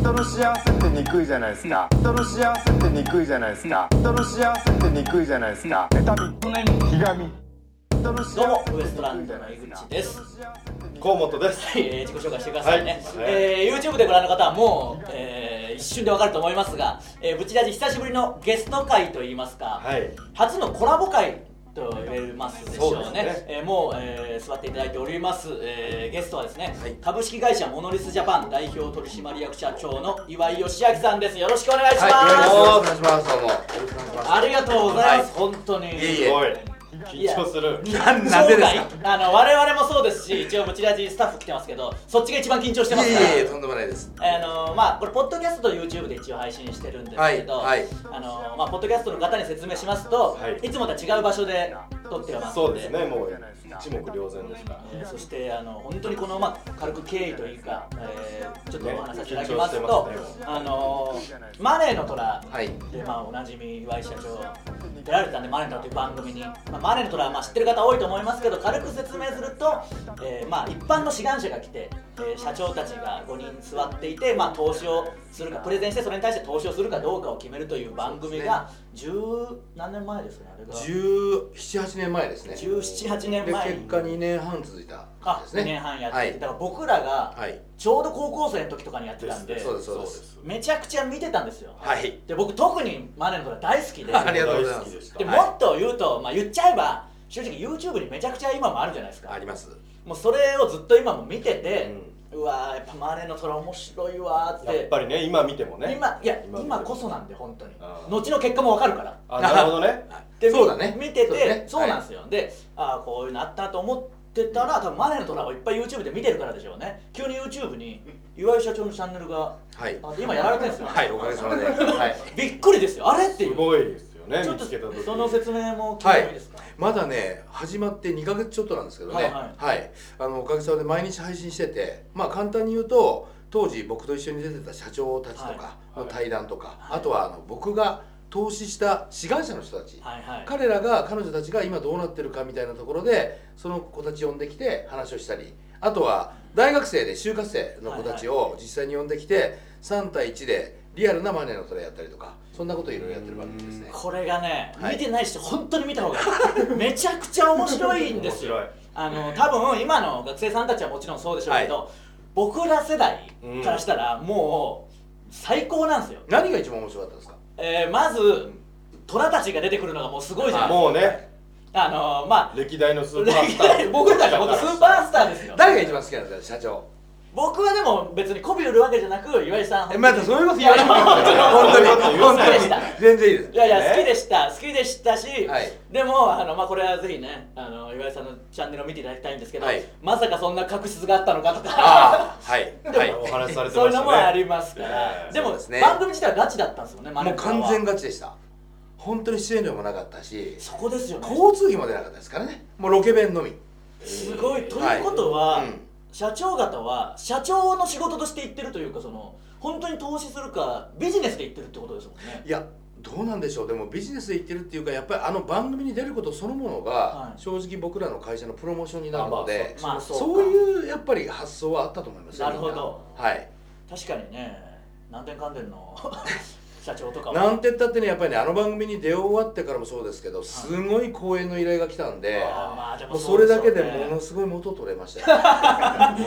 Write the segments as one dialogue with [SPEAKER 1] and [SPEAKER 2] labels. [SPEAKER 1] 人の幸せってにくいじゃないですか人の幸せってにくいじゃないですか人の幸せってにくいじゃないですか妬みひがみどう
[SPEAKER 2] どうもウエストランドの井口です。
[SPEAKER 3] 河本です
[SPEAKER 2] はい、えー自己紹介してくださいね。
[SPEAKER 3] はい
[SPEAKER 2] えー YouTube でご覧の方はもう、えー一瞬でわかると思いますが、えー、ブチラジ久しぶりのゲスト会といいますか、
[SPEAKER 3] はい
[SPEAKER 2] 初のコラボ会と言えますでしょう
[SPEAKER 3] そう
[SPEAKER 2] ね。
[SPEAKER 3] ですね
[SPEAKER 2] えーもう、えー座っていただいております、えーゲストはですね、株式会社モノリスジャパン代表取締役社長の岩井義明さんです。よろしくお願いします。
[SPEAKER 4] はい、よろしくお願いします。どうも。
[SPEAKER 2] ありがとうございます、本当に。
[SPEAKER 4] いえいえ
[SPEAKER 3] すごい緊張する
[SPEAKER 4] なんなん
[SPEAKER 2] そ
[SPEAKER 4] でですか
[SPEAKER 2] うかいあの我々もそうですし一応ブチラジスタッフ来てますけどそっちが一番緊張して
[SPEAKER 4] い
[SPEAKER 2] ますから
[SPEAKER 4] えいえ、とんでもないです。
[SPEAKER 2] あのまあ、これポッドキャストと YouTube で一応配信してるんですけど、
[SPEAKER 4] はいはい
[SPEAKER 2] あのまあ、ポッドキャストの方に説明しますと、
[SPEAKER 3] はい
[SPEAKER 2] い、つもとは違う場所で撮ってますの
[SPEAKER 3] そうですねもう一目瞭然ですから
[SPEAKER 2] えーそしてあの本当にこの、まあ、軽く経緯というか、えーちょっとお話しさせていただきます
[SPEAKER 3] ね
[SPEAKER 2] と
[SPEAKER 3] 緊張してますね
[SPEAKER 2] あのマネーの虎
[SPEAKER 4] はい
[SPEAKER 2] で、まあ、おなじみ岩井社長出られてたんでマネーの虎という番組に、まあ、マネーの虎は、まあ、知ってる方多いと思いますけど軽く説明すると、えーまあ、一般の志願者が来て、えー社長たちが5人座っていて、まあ、投資をするかプレゼンしてそれに対して投資をするかどうかを決めるという番組が十何年前ですかねあれが
[SPEAKER 4] 十七八年前ですね。
[SPEAKER 2] 1718年
[SPEAKER 4] で
[SPEAKER 2] 前
[SPEAKER 4] 結果二年半続いた
[SPEAKER 2] あ
[SPEAKER 4] 感じですね。
[SPEAKER 2] 2年半やってて、
[SPEAKER 4] はい
[SPEAKER 2] だから僕らが
[SPEAKER 4] はい
[SPEAKER 2] ちょうど高校生の時とかにやってたんで
[SPEAKER 4] そうですそうです。
[SPEAKER 2] めちゃくちゃ見てたんですよ、
[SPEAKER 4] はい
[SPEAKER 2] で僕特にマネのことが大好きで
[SPEAKER 4] ありがとうございま
[SPEAKER 3] 大好きでし
[SPEAKER 4] す。
[SPEAKER 3] た
[SPEAKER 2] でも
[SPEAKER 4] はい
[SPEAKER 2] っと言うと、まあ、言っちゃえば正直 YouTube にめちゃくちゃ今もあるじゃないですか
[SPEAKER 4] あります。
[SPEAKER 2] もうそれをずっと今も見てて、うわーやっぱマネの虎面白いわーっ
[SPEAKER 3] や
[SPEAKER 2] て
[SPEAKER 3] っぱりね今見てもね
[SPEAKER 2] 今いや
[SPEAKER 3] 今
[SPEAKER 2] 今
[SPEAKER 3] 見て
[SPEAKER 2] こそなんで本当に
[SPEAKER 3] あー
[SPEAKER 2] 後の結果もわかるから
[SPEAKER 3] あなるほど ね
[SPEAKER 2] で
[SPEAKER 4] そうだね
[SPEAKER 2] 見ててそ,、
[SPEAKER 4] そううだね
[SPEAKER 2] なんですよ、でああこういうのあったなと思ってたら多分マネの虎をいっぱい YouTube で見てるからでしょうね急に YouTube に岩井社長のチャンネルが
[SPEAKER 4] はい。
[SPEAKER 2] あ今やられてるんですよ
[SPEAKER 4] はい、おかげさまで。はい。
[SPEAKER 2] びっくりですよあれって
[SPEAKER 3] す
[SPEAKER 2] いう
[SPEAKER 3] ごいですよね
[SPEAKER 2] ちょっ
[SPEAKER 3] 見つけた
[SPEAKER 2] と
[SPEAKER 3] 時
[SPEAKER 2] その説明も聞いてもいいですか、
[SPEAKER 4] まだね始まって2ヶ月ちょっとなんですけどね
[SPEAKER 2] は
[SPEAKER 4] はいい、
[SPEAKER 2] は
[SPEAKER 4] あのおかげさまで毎日配信しててまあ簡単に言うと当時僕と一緒に出てた社長たちとか
[SPEAKER 3] はい
[SPEAKER 4] の対談とか、
[SPEAKER 2] はい
[SPEAKER 4] あとはあの僕が投資した志願者の人たち、
[SPEAKER 2] はいはい
[SPEAKER 4] 彼らが彼女たちが今どうなってるかみたいなところでその子たち呼んできて話をしたりあとは大学生で就活生の子たちを実際に呼んできて3対1でリアルなマネーのトレやったりとかそんなこといろいろやってる番組ですね。
[SPEAKER 2] これがね、
[SPEAKER 4] はい
[SPEAKER 2] 見てない人本当に見た方がいい めちゃくちゃ面白いんですよ
[SPEAKER 3] 面
[SPEAKER 2] あの多分今の学生さんたちはもちろんそうでしょうけど、僕ら世代からしたらもう最高なんですよ、
[SPEAKER 4] 何が一番面白かったですか
[SPEAKER 2] えーまず虎たちが出てくるのがもうすごいじゃない
[SPEAKER 3] もうね
[SPEAKER 2] あのーまあ
[SPEAKER 3] 歴代のスーパースタ
[SPEAKER 2] 歴
[SPEAKER 3] ー
[SPEAKER 2] 代僕たちは本当スー パースターですよ
[SPEAKER 4] 誰が一番好きなんですか社長
[SPEAKER 2] 僕はでも別に媚び売るわけじゃなく岩井さん
[SPEAKER 4] えまたそういうこと言われてもいい
[SPEAKER 2] いやいや
[SPEAKER 4] 本当に本当に
[SPEAKER 2] 本
[SPEAKER 4] 本
[SPEAKER 2] 当に
[SPEAKER 4] 当に全然いいです
[SPEAKER 2] いやいや、
[SPEAKER 3] ね
[SPEAKER 2] 好きでした、好きでしたし、
[SPEAKER 4] はい
[SPEAKER 2] でもあの、まあ、これはぜひねあの岩井さんのチャンネルを見ていただきたいんですけど、
[SPEAKER 4] はい
[SPEAKER 2] まさかそんな確執があったのかとか
[SPEAKER 4] ああはい
[SPEAKER 2] でも
[SPEAKER 4] はい
[SPEAKER 3] お話しされて
[SPEAKER 2] そう
[SPEAKER 3] ま
[SPEAKER 2] いう
[SPEAKER 3] し
[SPEAKER 2] のもあ
[SPEAKER 3] た
[SPEAKER 2] り
[SPEAKER 3] ね
[SPEAKER 2] ますから、
[SPEAKER 3] ええ
[SPEAKER 2] でも
[SPEAKER 4] そうですね
[SPEAKER 2] 番組自体はガチだったんですよねマネ
[SPEAKER 4] もう
[SPEAKER 2] ージャーは
[SPEAKER 4] 完全勝ちでした本当に出演料もなかったし
[SPEAKER 2] そこですよね
[SPEAKER 4] 交通費も出なかったですからねもうロケ弁のみ
[SPEAKER 2] すごいということは、
[SPEAKER 4] はいうん
[SPEAKER 2] 社長方は社長の仕事として言ってるというかその本当に投資するかビジネスで言ってるってことですもんね
[SPEAKER 4] いやどうなんでしょうでもビジネスで行ってるっていうかやっぱりあの番組に出ることそのもの
[SPEAKER 2] は
[SPEAKER 4] が
[SPEAKER 2] い
[SPEAKER 4] 正直僕らの会社のプロモーションになるので
[SPEAKER 2] まあそうか
[SPEAKER 4] そういうやっぱり発想はあったと思いますよ
[SPEAKER 2] なるほど
[SPEAKER 4] みんなはい
[SPEAKER 2] 確かにね何点かんでん の社長とかも
[SPEAKER 4] なんて言ったってねやっぱりねあの番組に出終わってからもそうですけどすごい講演の依頼が来たんで、
[SPEAKER 2] あーまあでも
[SPEAKER 4] もう
[SPEAKER 2] そ
[SPEAKER 4] そう
[SPEAKER 2] で
[SPEAKER 4] れ
[SPEAKER 2] しょう
[SPEAKER 4] だ
[SPEAKER 2] ね
[SPEAKER 4] けでものすごい元取れ ましたよ、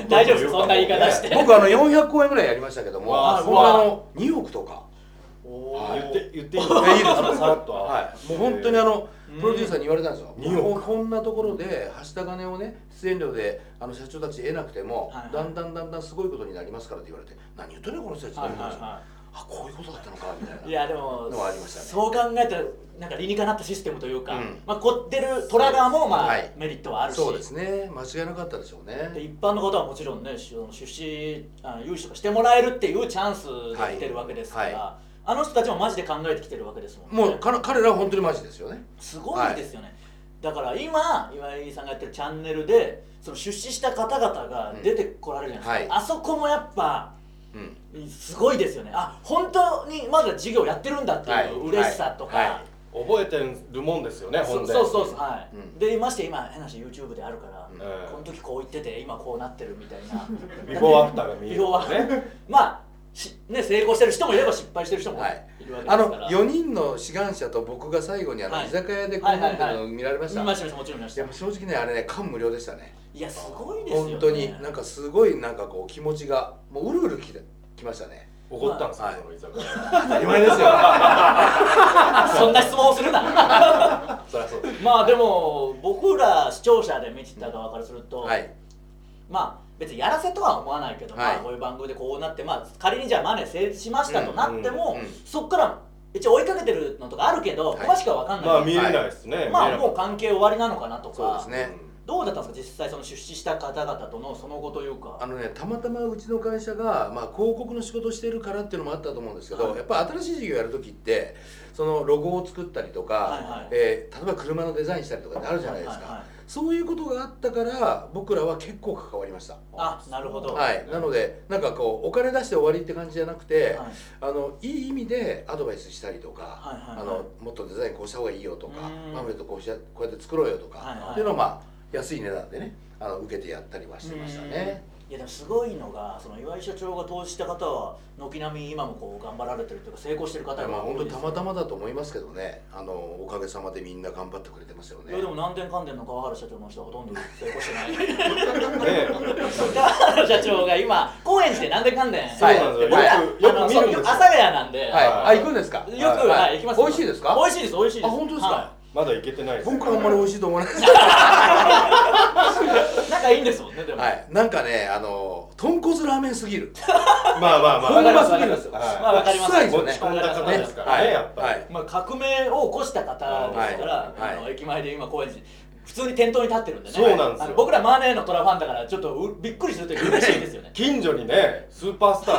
[SPEAKER 2] 大丈夫ですそんな言い方して
[SPEAKER 4] 僕あの400公演ぐらいやりましたけども
[SPEAKER 3] わ
[SPEAKER 2] あ
[SPEAKER 4] そんなあの2億とか
[SPEAKER 2] おー
[SPEAKER 4] はい
[SPEAKER 3] 言って言って いい
[SPEAKER 4] いやいいです
[SPEAKER 3] あのさらっと
[SPEAKER 4] はいもう本当にあの
[SPEAKER 2] うん
[SPEAKER 4] プロデューサーに言われたんですよ
[SPEAKER 3] 2億
[SPEAKER 4] もうこんなところではした金をね出演料であの社長たち得なくても、
[SPEAKER 2] はいはい
[SPEAKER 4] だんだんだんだんすごいことになりまりますからって言われて何言ってんねんこの人たちって
[SPEAKER 2] はい
[SPEAKER 4] 言われたんですよ
[SPEAKER 2] は
[SPEAKER 4] あこういうことだったのかみたい
[SPEAKER 2] い
[SPEAKER 4] な
[SPEAKER 2] はいいやでも
[SPEAKER 4] のはありましたね
[SPEAKER 2] そう考えたらなんか理にかなったシステムというか、
[SPEAKER 4] うん
[SPEAKER 2] まあ、凝ってる虎側もまあ、
[SPEAKER 4] はい
[SPEAKER 2] メリットはあるし
[SPEAKER 4] そうですね間違いなかったでしょう
[SPEAKER 2] で
[SPEAKER 4] ね
[SPEAKER 2] 一般の方はもちろんねし出資あ融資とかしてもらえるっていうチャンスで来てるわけですから、
[SPEAKER 4] はいは
[SPEAKER 2] あの人たちもマジで考えてきてるわけですもんね
[SPEAKER 4] もう彼彼らは本当にマジですよね
[SPEAKER 2] すごいですよね、だから今岩井さんがやってるチャンネルでその出資した方々が出てこられるじゃないですか、
[SPEAKER 4] は
[SPEAKER 2] あそこもやっぱ
[SPEAKER 4] うん
[SPEAKER 2] すごいですよねあ本当にまだ事業やってるんだっていう嬉しさとか、
[SPEAKER 4] はいはい
[SPEAKER 3] 覚えてるもんですよね
[SPEAKER 2] そ
[SPEAKER 3] 本
[SPEAKER 2] う
[SPEAKER 3] で
[SPEAKER 2] そうそうそうはい、
[SPEAKER 4] うん
[SPEAKER 2] でまして今変な話 YouTube であるから、
[SPEAKER 4] うん
[SPEAKER 2] この時こう言ってて今こうなってるみたいな
[SPEAKER 3] ビフォーアフターが見え
[SPEAKER 2] ビ
[SPEAKER 3] る
[SPEAKER 2] フォーアフター
[SPEAKER 3] ね
[SPEAKER 2] まあしね、成功してる人もいれば失敗してる人も
[SPEAKER 4] はい
[SPEAKER 2] いるわけで
[SPEAKER 4] あ
[SPEAKER 2] すか
[SPEAKER 4] の
[SPEAKER 2] ら、
[SPEAKER 4] 4人の志願者と僕が最後にあの
[SPEAKER 2] はい
[SPEAKER 4] 居酒屋でこうなってるの見られました、
[SPEAKER 2] 見ました見ましたもちろん見まし
[SPEAKER 4] い
[SPEAKER 2] た
[SPEAKER 4] や正直ねあれね感無量でしたね
[SPEAKER 2] いやすごいですよね
[SPEAKER 4] 本当になんかすごいなんかこう気持ちがもううるうるきてきましたね
[SPEAKER 3] 怒ったんですか、
[SPEAKER 4] はい
[SPEAKER 3] その居酒屋
[SPEAKER 4] 当たり 前ですよは
[SPEAKER 2] そんな質問をするな
[SPEAKER 3] そりゃそうで す
[SPEAKER 2] まあでも僕ら視聴者で見てた側からすると、
[SPEAKER 4] い
[SPEAKER 2] まあ別にやらせとは思わないけど、
[SPEAKER 4] はい
[SPEAKER 2] まあ、こういう番組でこうなって、まあ、仮にじゃあマネ成立しましたとなっても、
[SPEAKER 4] うんうんうん
[SPEAKER 2] そっから一応追いかけてるのとかあるけど、
[SPEAKER 4] はい
[SPEAKER 2] 詳しくは分かんない、
[SPEAKER 3] まあ見えないですね、
[SPEAKER 2] まあ
[SPEAKER 3] 見えなか
[SPEAKER 2] も
[SPEAKER 3] っ
[SPEAKER 2] う関係終わりなのかなとか
[SPEAKER 4] そうです
[SPEAKER 3] た
[SPEAKER 4] ね
[SPEAKER 2] どうだったんですか実際その出資した方々とのその後というか
[SPEAKER 4] あのねたまたまうちの会社が、まあ、広告の仕事をしてるからっていうのもあったと思うんですけど、
[SPEAKER 2] はい
[SPEAKER 4] やっぱり新しい事業やる時ってそのロゴを作ったりとか、
[SPEAKER 2] はいはい
[SPEAKER 4] えー例えば車のデザインしたりとかってあるじゃないです
[SPEAKER 2] は
[SPEAKER 4] か、
[SPEAKER 2] いはいはい
[SPEAKER 4] そういうことがあったから僕らは結構関わりました
[SPEAKER 2] あなるほど、
[SPEAKER 4] はい、なのでなんかこうお金出して終わりって感じじゃなくて、
[SPEAKER 2] はい
[SPEAKER 4] あのいい意味でアドバイスしたりとか、
[SPEAKER 2] はいはいはい
[SPEAKER 4] あのもっとデザインこうした方がいいよとか
[SPEAKER 2] うん
[SPEAKER 4] パンフレットこうしたこうやって作ろうよとか、
[SPEAKER 2] はいはい
[SPEAKER 4] っていうのをまあ安い値段でねあの受けてやったりはしてましたね。
[SPEAKER 2] うんいやでもすごいのがその岩井社長が投資した方は軒並み今もこう頑張られてるというか成功してる方
[SPEAKER 4] まあ、
[SPEAKER 2] が多
[SPEAKER 4] 本当
[SPEAKER 2] い
[SPEAKER 4] に
[SPEAKER 2] です
[SPEAKER 4] た
[SPEAKER 2] よ
[SPEAKER 4] またまだと思いますけどねあのおかげさまでみんな頑張ってくれてますよ
[SPEAKER 2] い
[SPEAKER 4] ね
[SPEAKER 2] やでも何点かん点の川原社長の人はほとんど成功してない
[SPEAKER 3] ね
[SPEAKER 2] 川原社長が今高円寺で何点かん点
[SPEAKER 4] はい
[SPEAKER 3] そうなんですよ、
[SPEAKER 4] は
[SPEAKER 3] よく
[SPEAKER 4] い
[SPEAKER 3] よ
[SPEAKER 2] あの
[SPEAKER 3] く見
[SPEAKER 2] そう阿
[SPEAKER 3] るんですよ
[SPEAKER 2] 佐ヶ谷なんで、
[SPEAKER 4] はい、
[SPEAKER 2] よ
[SPEAKER 4] あ行くんですか
[SPEAKER 2] く、はい行きます
[SPEAKER 4] 美味しいですか
[SPEAKER 2] 美味しいです美味しいです
[SPEAKER 4] あ本当ですか、
[SPEAKER 2] は
[SPEAKER 3] まだ行けてないです
[SPEAKER 4] 僕はあんまり美味しいと思 わないです
[SPEAKER 2] い仲いいんですもんねでも、
[SPEAKER 4] はい、なんかね、あの豚骨ラーメンす ぎる。
[SPEAKER 3] まあまあまあ
[SPEAKER 4] 本場すぎるんですよ。
[SPEAKER 3] はい
[SPEAKER 2] まあわかります
[SPEAKER 4] 臭いですよ
[SPEAKER 3] 持
[SPEAKER 4] ね
[SPEAKER 3] ち。込んだ方ですからね、
[SPEAKER 4] ね
[SPEAKER 3] やっぱり、
[SPEAKER 4] はい
[SPEAKER 2] まあ、革命を起こした方ですから、
[SPEAKER 4] はい
[SPEAKER 2] あの
[SPEAKER 4] は
[SPEAKER 2] 駅前で今高円寺普通に店頭に立ってるんでね
[SPEAKER 3] そうなんですよ
[SPEAKER 2] あの僕らマネーの虎ファンだからちょっとうびっくりするというか嬉しいですよね
[SPEAKER 3] 近所にねスーパースター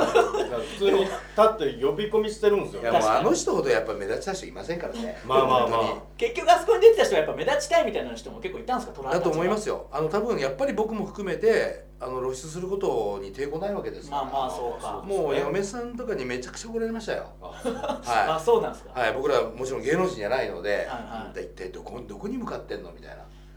[SPEAKER 3] が普通に立って呼び込みしてるんですよ
[SPEAKER 4] いやもうあの人ほどやっぱ目立ちた人いませんからね。
[SPEAKER 3] まあまあまあ
[SPEAKER 4] 本
[SPEAKER 2] 結局あそこに出てた人はやっぱ目立ちたいみたいな人も結構いたんですか
[SPEAKER 4] 当
[SPEAKER 2] 虎
[SPEAKER 4] に
[SPEAKER 2] ファ
[SPEAKER 4] だ
[SPEAKER 2] ン
[SPEAKER 4] と思いますすよ。あの多分やっぱり僕も含めてあの露出することに抵抗ないわけですか
[SPEAKER 2] まあ
[SPEAKER 4] ら。
[SPEAKER 2] まあそうか
[SPEAKER 4] もう嫁さんとかにめちゃくちゃ怒られましたよ。
[SPEAKER 2] あ
[SPEAKER 4] は
[SPEAKER 2] そうなんですか、
[SPEAKER 4] い。はい、僕らもちろん芸能人じゃないので、
[SPEAKER 2] はいはい
[SPEAKER 4] 一体どこどこに向かってんのみたいな。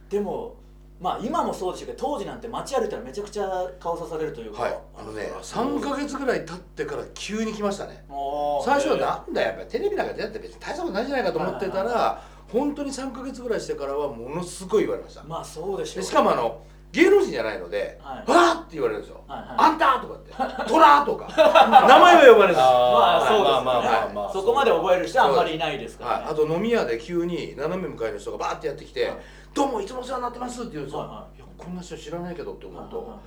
[SPEAKER 2] でもまあ今もそうでしょうけど当時なんて街歩いたらめちゃくちゃ顔刺されるというか、
[SPEAKER 4] はい、あのね、3ヶ月ぐらい経ってから急に来ましたね。
[SPEAKER 2] おー
[SPEAKER 4] 最初はなんだよやっぱりテレビなんか出たって別に大したことないじゃないかと思ってた
[SPEAKER 2] はいは
[SPEAKER 4] ら本当に3ヶ月ぐらいしてからはものすごい言われました
[SPEAKER 2] まあそうでしょ
[SPEAKER 4] で
[SPEAKER 2] う
[SPEAKER 4] しかもあの芸能人じゃないので「
[SPEAKER 2] は
[SPEAKER 4] わ
[SPEAKER 2] い
[SPEAKER 4] ーって言われるんですよ「
[SPEAKER 2] はいはい
[SPEAKER 4] あんた!」とかって「トラ!」とか 名 前は呼ばれるんです
[SPEAKER 2] ま
[SPEAKER 4] よ
[SPEAKER 2] あそうですね
[SPEAKER 3] まあまあまあまあ
[SPEAKER 2] そこまで覚える人はあんまりいないですから、ね
[SPEAKER 4] はい、あと飲み屋で急に斜め向かいの人がバーってやってきて
[SPEAKER 2] はい
[SPEAKER 4] 「どうもいつもお世話になってます」って言うんですよ、
[SPEAKER 2] はいはい
[SPEAKER 4] やこんな人知らないけどって思
[SPEAKER 2] は
[SPEAKER 4] う
[SPEAKER 2] いはい
[SPEAKER 4] と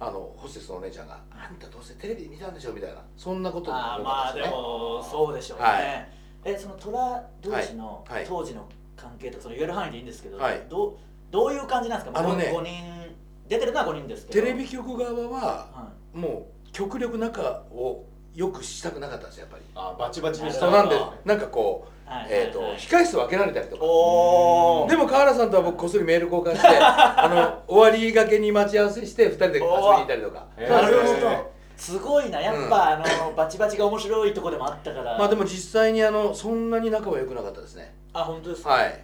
[SPEAKER 4] あのホステスのお姉ちゃんが「あんたどうせテレビで見たんでしょ」みたいなそんなことに
[SPEAKER 2] あ
[SPEAKER 4] な
[SPEAKER 2] あ
[SPEAKER 4] る
[SPEAKER 2] ま
[SPEAKER 4] わ
[SPEAKER 2] あ
[SPEAKER 4] け
[SPEAKER 2] です
[SPEAKER 4] よね
[SPEAKER 2] もそうでしょうね、
[SPEAKER 4] はい
[SPEAKER 2] えその虎同士の
[SPEAKER 4] はいはい
[SPEAKER 2] 当時の関係とかその言える範囲でいいんですけど、
[SPEAKER 4] はい
[SPEAKER 2] どうどういう感じなんですか
[SPEAKER 4] あのね
[SPEAKER 2] 5人出てるのは5人ですけど
[SPEAKER 4] テレビ局側は
[SPEAKER 2] は
[SPEAKER 4] もう極力仲を良くしたくなかったんですよやっぱり
[SPEAKER 3] あバチバチにし
[SPEAKER 4] そ
[SPEAKER 3] た
[SPEAKER 4] う
[SPEAKER 3] の
[SPEAKER 4] なん
[SPEAKER 3] か
[SPEAKER 4] でなんかこ
[SPEAKER 2] い
[SPEAKER 4] う、
[SPEAKER 2] はいはいはい
[SPEAKER 4] えー、と控室を分けられたりとか
[SPEAKER 2] おお
[SPEAKER 4] でも河原さんとは僕こっそりメール交換して あの終わりがけに待ち合わせして2人で遊びに行ったりとか
[SPEAKER 3] おー
[SPEAKER 4] そうなんですよ
[SPEAKER 3] なるほど
[SPEAKER 2] すごいなやっぱ、あのバチバチが面白いとこでもあったから
[SPEAKER 4] まあでも実際にあのそんなに仲は良くなかったですね
[SPEAKER 2] あ本当ですか、
[SPEAKER 4] はい、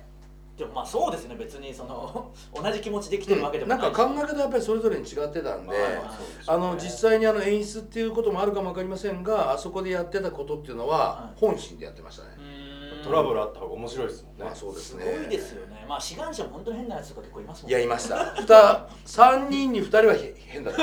[SPEAKER 2] でもまあそうですね別にその 同じ気持ちで来てるわけで
[SPEAKER 4] うん、
[SPEAKER 2] もな
[SPEAKER 4] ないん
[SPEAKER 2] し、
[SPEAKER 4] か考え方やっぱりそれぞれに違ってたんで、
[SPEAKER 3] まあまあそうでしょ
[SPEAKER 4] あ
[SPEAKER 3] うね
[SPEAKER 4] の実際にあの演出っていうこともあるかも分かりませんがあそこでやってたことっていうのは
[SPEAKER 2] はい
[SPEAKER 4] 本心でやってましたね、
[SPEAKER 2] うーん
[SPEAKER 3] トラブルあった方が面白いですもんね、
[SPEAKER 4] まあそうです
[SPEAKER 2] す
[SPEAKER 4] ね
[SPEAKER 2] ごいですよねまあ志願者も本当に変なやつとか結構いますもん
[SPEAKER 4] いや
[SPEAKER 2] ね
[SPEAKER 4] いました二3人に2人はへ変だっ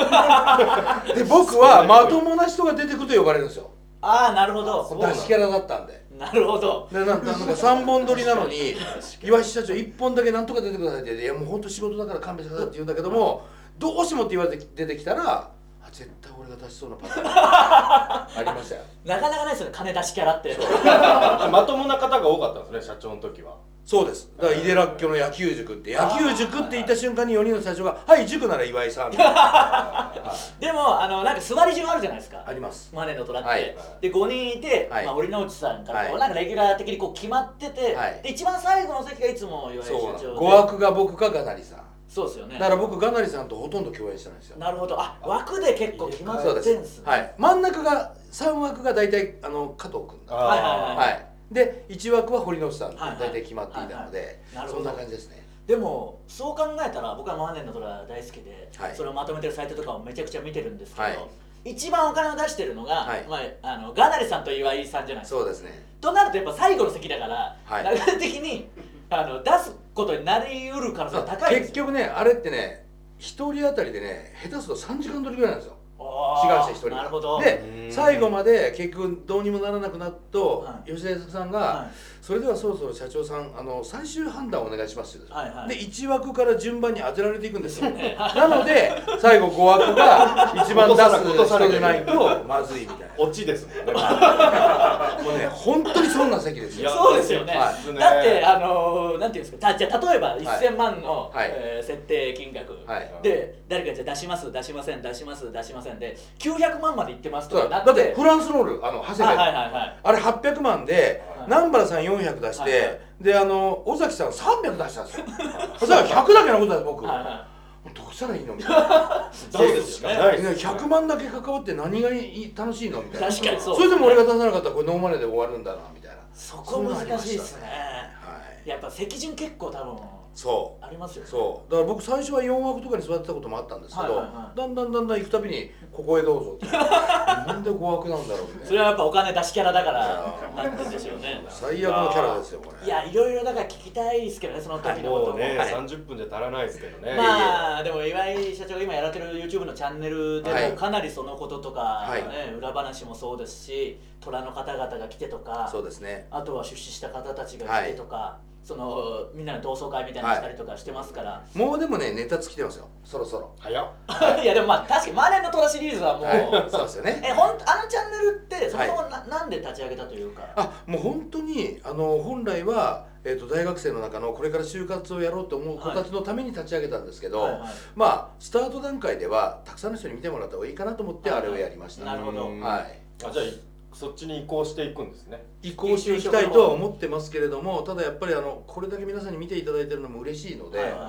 [SPEAKER 4] たで僕はまともな人が出てくると呼ばれるんですよ
[SPEAKER 2] ああなるほど
[SPEAKER 3] そうな
[SPEAKER 4] 出
[SPEAKER 3] の
[SPEAKER 4] しキャラだったんで
[SPEAKER 2] なるほど
[SPEAKER 4] でなんかなんか3本撮りなのに岩井社長1本だけなんとか出てくださいって言っていやもう本当仕事だから勘弁してくださいって言うんだけどもどうしてもって言われて出てきたらあ絶対俺が出しそうなパターン ありましたよ
[SPEAKER 2] なかなかないですよね金出しキャラって
[SPEAKER 3] まともな方が多かったんですね社長の時は
[SPEAKER 4] そうですだから井出らっきょの野球塾って野球塾って言った瞬間に4人の社長が「はい塾なら 岩井さん」みたいな
[SPEAKER 2] でもあのなんか座り順あるじゃないですか
[SPEAKER 4] あります
[SPEAKER 2] マネの虎って、
[SPEAKER 4] はい
[SPEAKER 2] で5人いて、
[SPEAKER 4] はい
[SPEAKER 2] まあ、堀之内さんからこう、
[SPEAKER 4] はい
[SPEAKER 2] なんかレギュラー的にこう決まってて、
[SPEAKER 4] はい
[SPEAKER 2] で一番最後の席がいつも岩井社
[SPEAKER 4] そうな
[SPEAKER 2] 長
[SPEAKER 4] の
[SPEAKER 2] で
[SPEAKER 4] 語枠が僕かがなりさん
[SPEAKER 2] そうですよね
[SPEAKER 4] だから僕ガナリさんとほとんど共演してないんですよ。
[SPEAKER 2] なるほどあ枠で結構決まっ
[SPEAKER 4] そう
[SPEAKER 2] てんすね
[SPEAKER 4] はい。真ん中が三枠が大体あの加藤君
[SPEAKER 3] あ
[SPEAKER 4] が。
[SPEAKER 3] ー
[SPEAKER 2] はいはいはい
[SPEAKER 4] はい。で一枠は堀之内さ
[SPEAKER 2] は
[SPEAKER 4] ん
[SPEAKER 2] いはい
[SPEAKER 4] が大体決まっていたので
[SPEAKER 2] はいはいなるほど
[SPEAKER 4] そんな感じですね。
[SPEAKER 2] でもそう考えたら僕はマネの虎大好きで、
[SPEAKER 4] はい
[SPEAKER 2] それをまとめてるサイトとかをめちゃくちゃ見てるんですけど、
[SPEAKER 4] はい
[SPEAKER 2] 一番お金を出してるのが、
[SPEAKER 4] はい
[SPEAKER 2] まあ、あのガナリさんと岩井さんじゃないですか
[SPEAKER 4] そうですね
[SPEAKER 2] となるとやっぱ最後の席だから、
[SPEAKER 4] はい
[SPEAKER 2] 流れ的にあの出すことになりうる可能性が高いです
[SPEAKER 4] 結局ねあれってね一人当たりでね下手すると3時間取りぐらいなんですよ志願者一人
[SPEAKER 2] なるほど、
[SPEAKER 4] で
[SPEAKER 3] うん
[SPEAKER 4] 最後まで結局どうにもならなくなっと、
[SPEAKER 2] はい
[SPEAKER 4] 吉田栄作さんが、
[SPEAKER 2] は
[SPEAKER 4] それではそろそろ社長さんあの最終判断をお願いしますって言うんですよ、
[SPEAKER 2] はいはい
[SPEAKER 4] で1枠から順番に当てられていくんですよ なので最後5枠 が一番出す人でないとまずいみたいな
[SPEAKER 3] オチですもんね。
[SPEAKER 4] もうね本当にそんな席です
[SPEAKER 3] い
[SPEAKER 4] よ
[SPEAKER 3] や
[SPEAKER 2] そうですよね、
[SPEAKER 4] はい
[SPEAKER 2] だってあのーなんていうんですかたじゃあ例えば1000万の、
[SPEAKER 4] はい
[SPEAKER 2] えー設定金額、
[SPEAKER 4] はい
[SPEAKER 2] で誰かじゃあ出します出しません出します出しませんで900万までいってますと
[SPEAKER 4] そ
[SPEAKER 2] か
[SPEAKER 4] うだ
[SPEAKER 2] なっ
[SPEAKER 4] だっててフランスロールあの長谷部
[SPEAKER 2] あはいはいはい
[SPEAKER 4] あれ800万で、
[SPEAKER 2] はい
[SPEAKER 4] 南原さん400出して、
[SPEAKER 2] はいはい
[SPEAKER 4] であの尾崎さん300出したんですよ それは100だけのことだ僕、
[SPEAKER 2] はいは
[SPEAKER 4] どうしたらいいのみたい な
[SPEAKER 2] そうですよね
[SPEAKER 3] しかないですよね
[SPEAKER 4] 100万だけ関わって何がいい楽しいのみたいな
[SPEAKER 2] 確かにそう
[SPEAKER 4] それでも俺が出さなかったらこれノーマネーで終わるんだなみたいな
[SPEAKER 2] そこ難しいですね
[SPEAKER 4] はい
[SPEAKER 2] やっぱ席順結構多分
[SPEAKER 4] そう
[SPEAKER 2] ありますよね
[SPEAKER 4] そうだから僕最初は4枠とかに座ってたこともあったんですけど、
[SPEAKER 2] はいはいはい
[SPEAKER 4] だんだんだんだん行くたびに「ここへどうぞ」 ってなんで5枠なんだろうみたいな
[SPEAKER 2] それはやっぱお金出しキャラだか
[SPEAKER 4] い
[SPEAKER 2] らなんでしょうね
[SPEAKER 4] 最悪のキャラですよこれ
[SPEAKER 2] いやいろいろだから聞きたいですけどねその時のこと
[SPEAKER 3] も
[SPEAKER 2] も、
[SPEAKER 3] うね、
[SPEAKER 2] はい
[SPEAKER 3] 30分じゃ足らないですけどね。
[SPEAKER 2] まあでも岩井社長が今やられてる YouTube のチャンネルで
[SPEAKER 4] はい
[SPEAKER 2] もかなりそのこととか、
[SPEAKER 4] は
[SPEAKER 2] ね
[SPEAKER 4] い
[SPEAKER 2] 裏話もそうですし虎の方々が来てとか
[SPEAKER 4] そうですね
[SPEAKER 2] あとは出資した方たちが来てとか、そのみんなの同窓会みたいなのしたりとかしてますから、
[SPEAKER 4] もうでもねネタ尽きてますよそろそろ
[SPEAKER 3] 早っ。
[SPEAKER 2] い、やでもまあ確かに「マーレンの虎」シリーズはもう、
[SPEAKER 4] はいそうですよね
[SPEAKER 2] えほんとあのチャンネルってそもそもな,、なんで立ち上げたというか
[SPEAKER 4] あもう本当にあの本来は、えー、と大学生の中のこれから就活をやろうと思う子たちのために立ち上げたんですけど、
[SPEAKER 2] はいはい
[SPEAKER 4] まあスタート段階ではたくさんの人に見てもらった方がいいかなと思ってあれをやりました、
[SPEAKER 2] なるほど、
[SPEAKER 3] うん
[SPEAKER 4] はい
[SPEAKER 3] あじゃあいそっちに移行していくんですね。
[SPEAKER 4] 移行していきたいとは思ってますけれどもただやっぱりあのこれだけ皆さんに見ていただいてるのも嬉しいので、
[SPEAKER 2] はいはい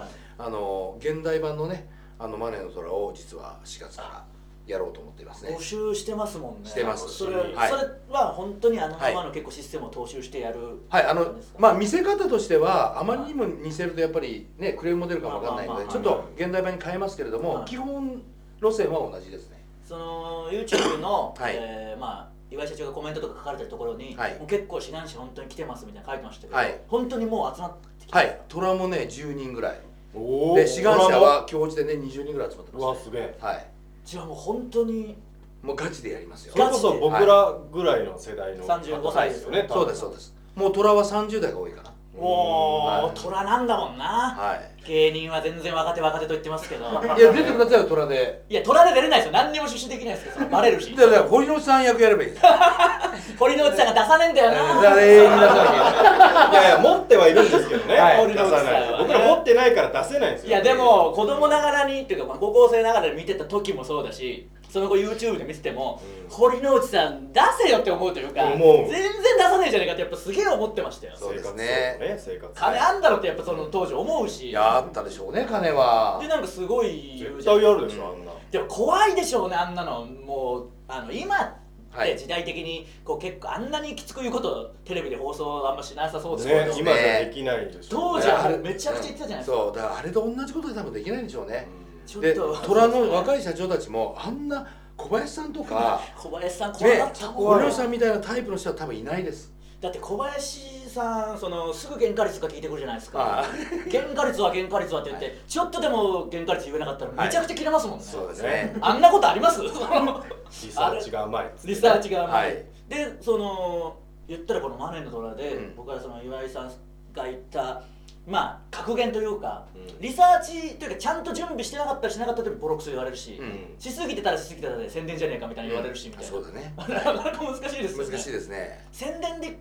[SPEAKER 4] あの現代版のね「あのマネーの空」を実は4月からやろうと思っていますね
[SPEAKER 2] 募集してますもんね
[SPEAKER 4] してます
[SPEAKER 2] それ,、
[SPEAKER 4] はい
[SPEAKER 2] それは本当にあの
[SPEAKER 4] はい
[SPEAKER 2] 今の結構システムを踏襲してやる、
[SPEAKER 4] はい、あ
[SPEAKER 2] そう
[SPEAKER 4] の
[SPEAKER 2] ですか
[SPEAKER 4] まあ見せ方としてはあまりにも似せるとやっぱりねクレームモデルかもわかんないの
[SPEAKER 2] まあまあ
[SPEAKER 4] で
[SPEAKER 2] まあ
[SPEAKER 4] ちょっと現代版に変えますけれど
[SPEAKER 2] は
[SPEAKER 4] も
[SPEAKER 2] い
[SPEAKER 4] 基本路線は同じですね
[SPEAKER 2] その YouTube の、
[SPEAKER 4] はい
[SPEAKER 2] えーまあ岩井社長がコメントとか書かれてるところに、
[SPEAKER 4] はい
[SPEAKER 2] もう結構志願者本当に来てますみたいなの書いてましたけど、
[SPEAKER 4] はい
[SPEAKER 2] 本当にもう集まってきて、
[SPEAKER 4] はい虎もね10人ぐらい
[SPEAKER 3] お
[SPEAKER 4] で志願者は今日時点で20人ぐらい集まって
[SPEAKER 3] うわ
[SPEAKER 4] ます
[SPEAKER 3] すげえ。
[SPEAKER 4] はい
[SPEAKER 2] じゃあもう本当に
[SPEAKER 4] もうガチでやりますよ
[SPEAKER 3] それこそ僕らぐらいの世代の
[SPEAKER 2] はい35歳ですよね
[SPEAKER 4] そうですそうですもう虎は30代が多いかな
[SPEAKER 2] おお、
[SPEAKER 4] はい
[SPEAKER 2] 虎なんだもんな、
[SPEAKER 4] はい
[SPEAKER 2] 芸人は全然若手若手と言ってますけど
[SPEAKER 4] いや出てくださいよ虎で
[SPEAKER 2] いや虎で出れないですよ何にも出資できないですけどそのバレるし
[SPEAKER 4] だから堀之内さん役やれば いいですだか
[SPEAKER 2] 堀之内さんが出さねえんだよな
[SPEAKER 4] ら永遠に出さなきゃいけない
[SPEAKER 3] いやいや持ってはいるんですけどね、
[SPEAKER 2] はい
[SPEAKER 3] 出さない
[SPEAKER 2] はい
[SPEAKER 3] 僕ら持ってないから出せないんですよ
[SPEAKER 2] いやでも子供ながらにっていうかまあ高校生ながらに見てた時もそうだしその後 YouTube で見てても、
[SPEAKER 3] うん
[SPEAKER 2] 堀之内さん出せよって思うというか
[SPEAKER 3] 思う
[SPEAKER 2] 全然出さねえじゃねえかってやっぱすげえ思ってましたよ
[SPEAKER 4] そうですね
[SPEAKER 3] 生活とか
[SPEAKER 2] 金
[SPEAKER 3] ね
[SPEAKER 2] あんだろってやっぱその当時思うし
[SPEAKER 4] いやあったでしょうね金は
[SPEAKER 2] でなんかすごい
[SPEAKER 3] 生
[SPEAKER 2] 言う
[SPEAKER 3] 活
[SPEAKER 2] じゃん
[SPEAKER 3] 絶対あるでしょあんな
[SPEAKER 2] でも怖いでしょうねあんなのもうあの今っ
[SPEAKER 4] は
[SPEAKER 2] て
[SPEAKER 4] い
[SPEAKER 2] 時代的にこう結構あんなにきつく言うことテレビで放送あんましなさそうですけど、
[SPEAKER 3] ね今じゃできないでしょ
[SPEAKER 2] 当
[SPEAKER 4] い
[SPEAKER 2] 時
[SPEAKER 4] や
[SPEAKER 2] は
[SPEAKER 4] あれ
[SPEAKER 2] めちゃくちゃ言ってたじゃないですか
[SPEAKER 4] そうだからあれと同じことで多分できないんでしょうね、
[SPEAKER 2] ちょっ
[SPEAKER 4] で
[SPEAKER 2] と
[SPEAKER 4] 虎の若い社長たちもあんな小林さんと か
[SPEAKER 2] 小林さん怖か
[SPEAKER 4] ね
[SPEAKER 2] ったもん、
[SPEAKER 4] 堀之内さんみたいなタイプの人は多分いないです
[SPEAKER 2] だって小林さんそのすぐ原価率が聞いてくるじゃないですか
[SPEAKER 4] あ
[SPEAKER 2] 原価率は原価率はって言って、
[SPEAKER 4] はい
[SPEAKER 2] ちょっとでも原価率言えなかったら
[SPEAKER 4] はい
[SPEAKER 2] めちゃくちゃ切れますもんね、
[SPEAKER 4] そうです
[SPEAKER 3] ね
[SPEAKER 4] ね
[SPEAKER 2] あんなことあります
[SPEAKER 3] リサーチが甘い
[SPEAKER 2] リサーチが、
[SPEAKER 4] はい
[SPEAKER 2] でその言ったらこの「マネーの虎で」
[SPEAKER 4] うん
[SPEAKER 2] 僕はその岩井さんが言ったまあ格言というか、
[SPEAKER 3] うん
[SPEAKER 2] リサーチというかちゃんと準備してなかったりしなかったらボロクソ言われるし、
[SPEAKER 4] うん
[SPEAKER 2] しすぎてたらしすぎてたで宣伝じゃねえかみたいに言われるしみたいな、
[SPEAKER 4] そうだね
[SPEAKER 2] なかなか難しいですよね
[SPEAKER 4] 難しいですね
[SPEAKER 2] 宣伝で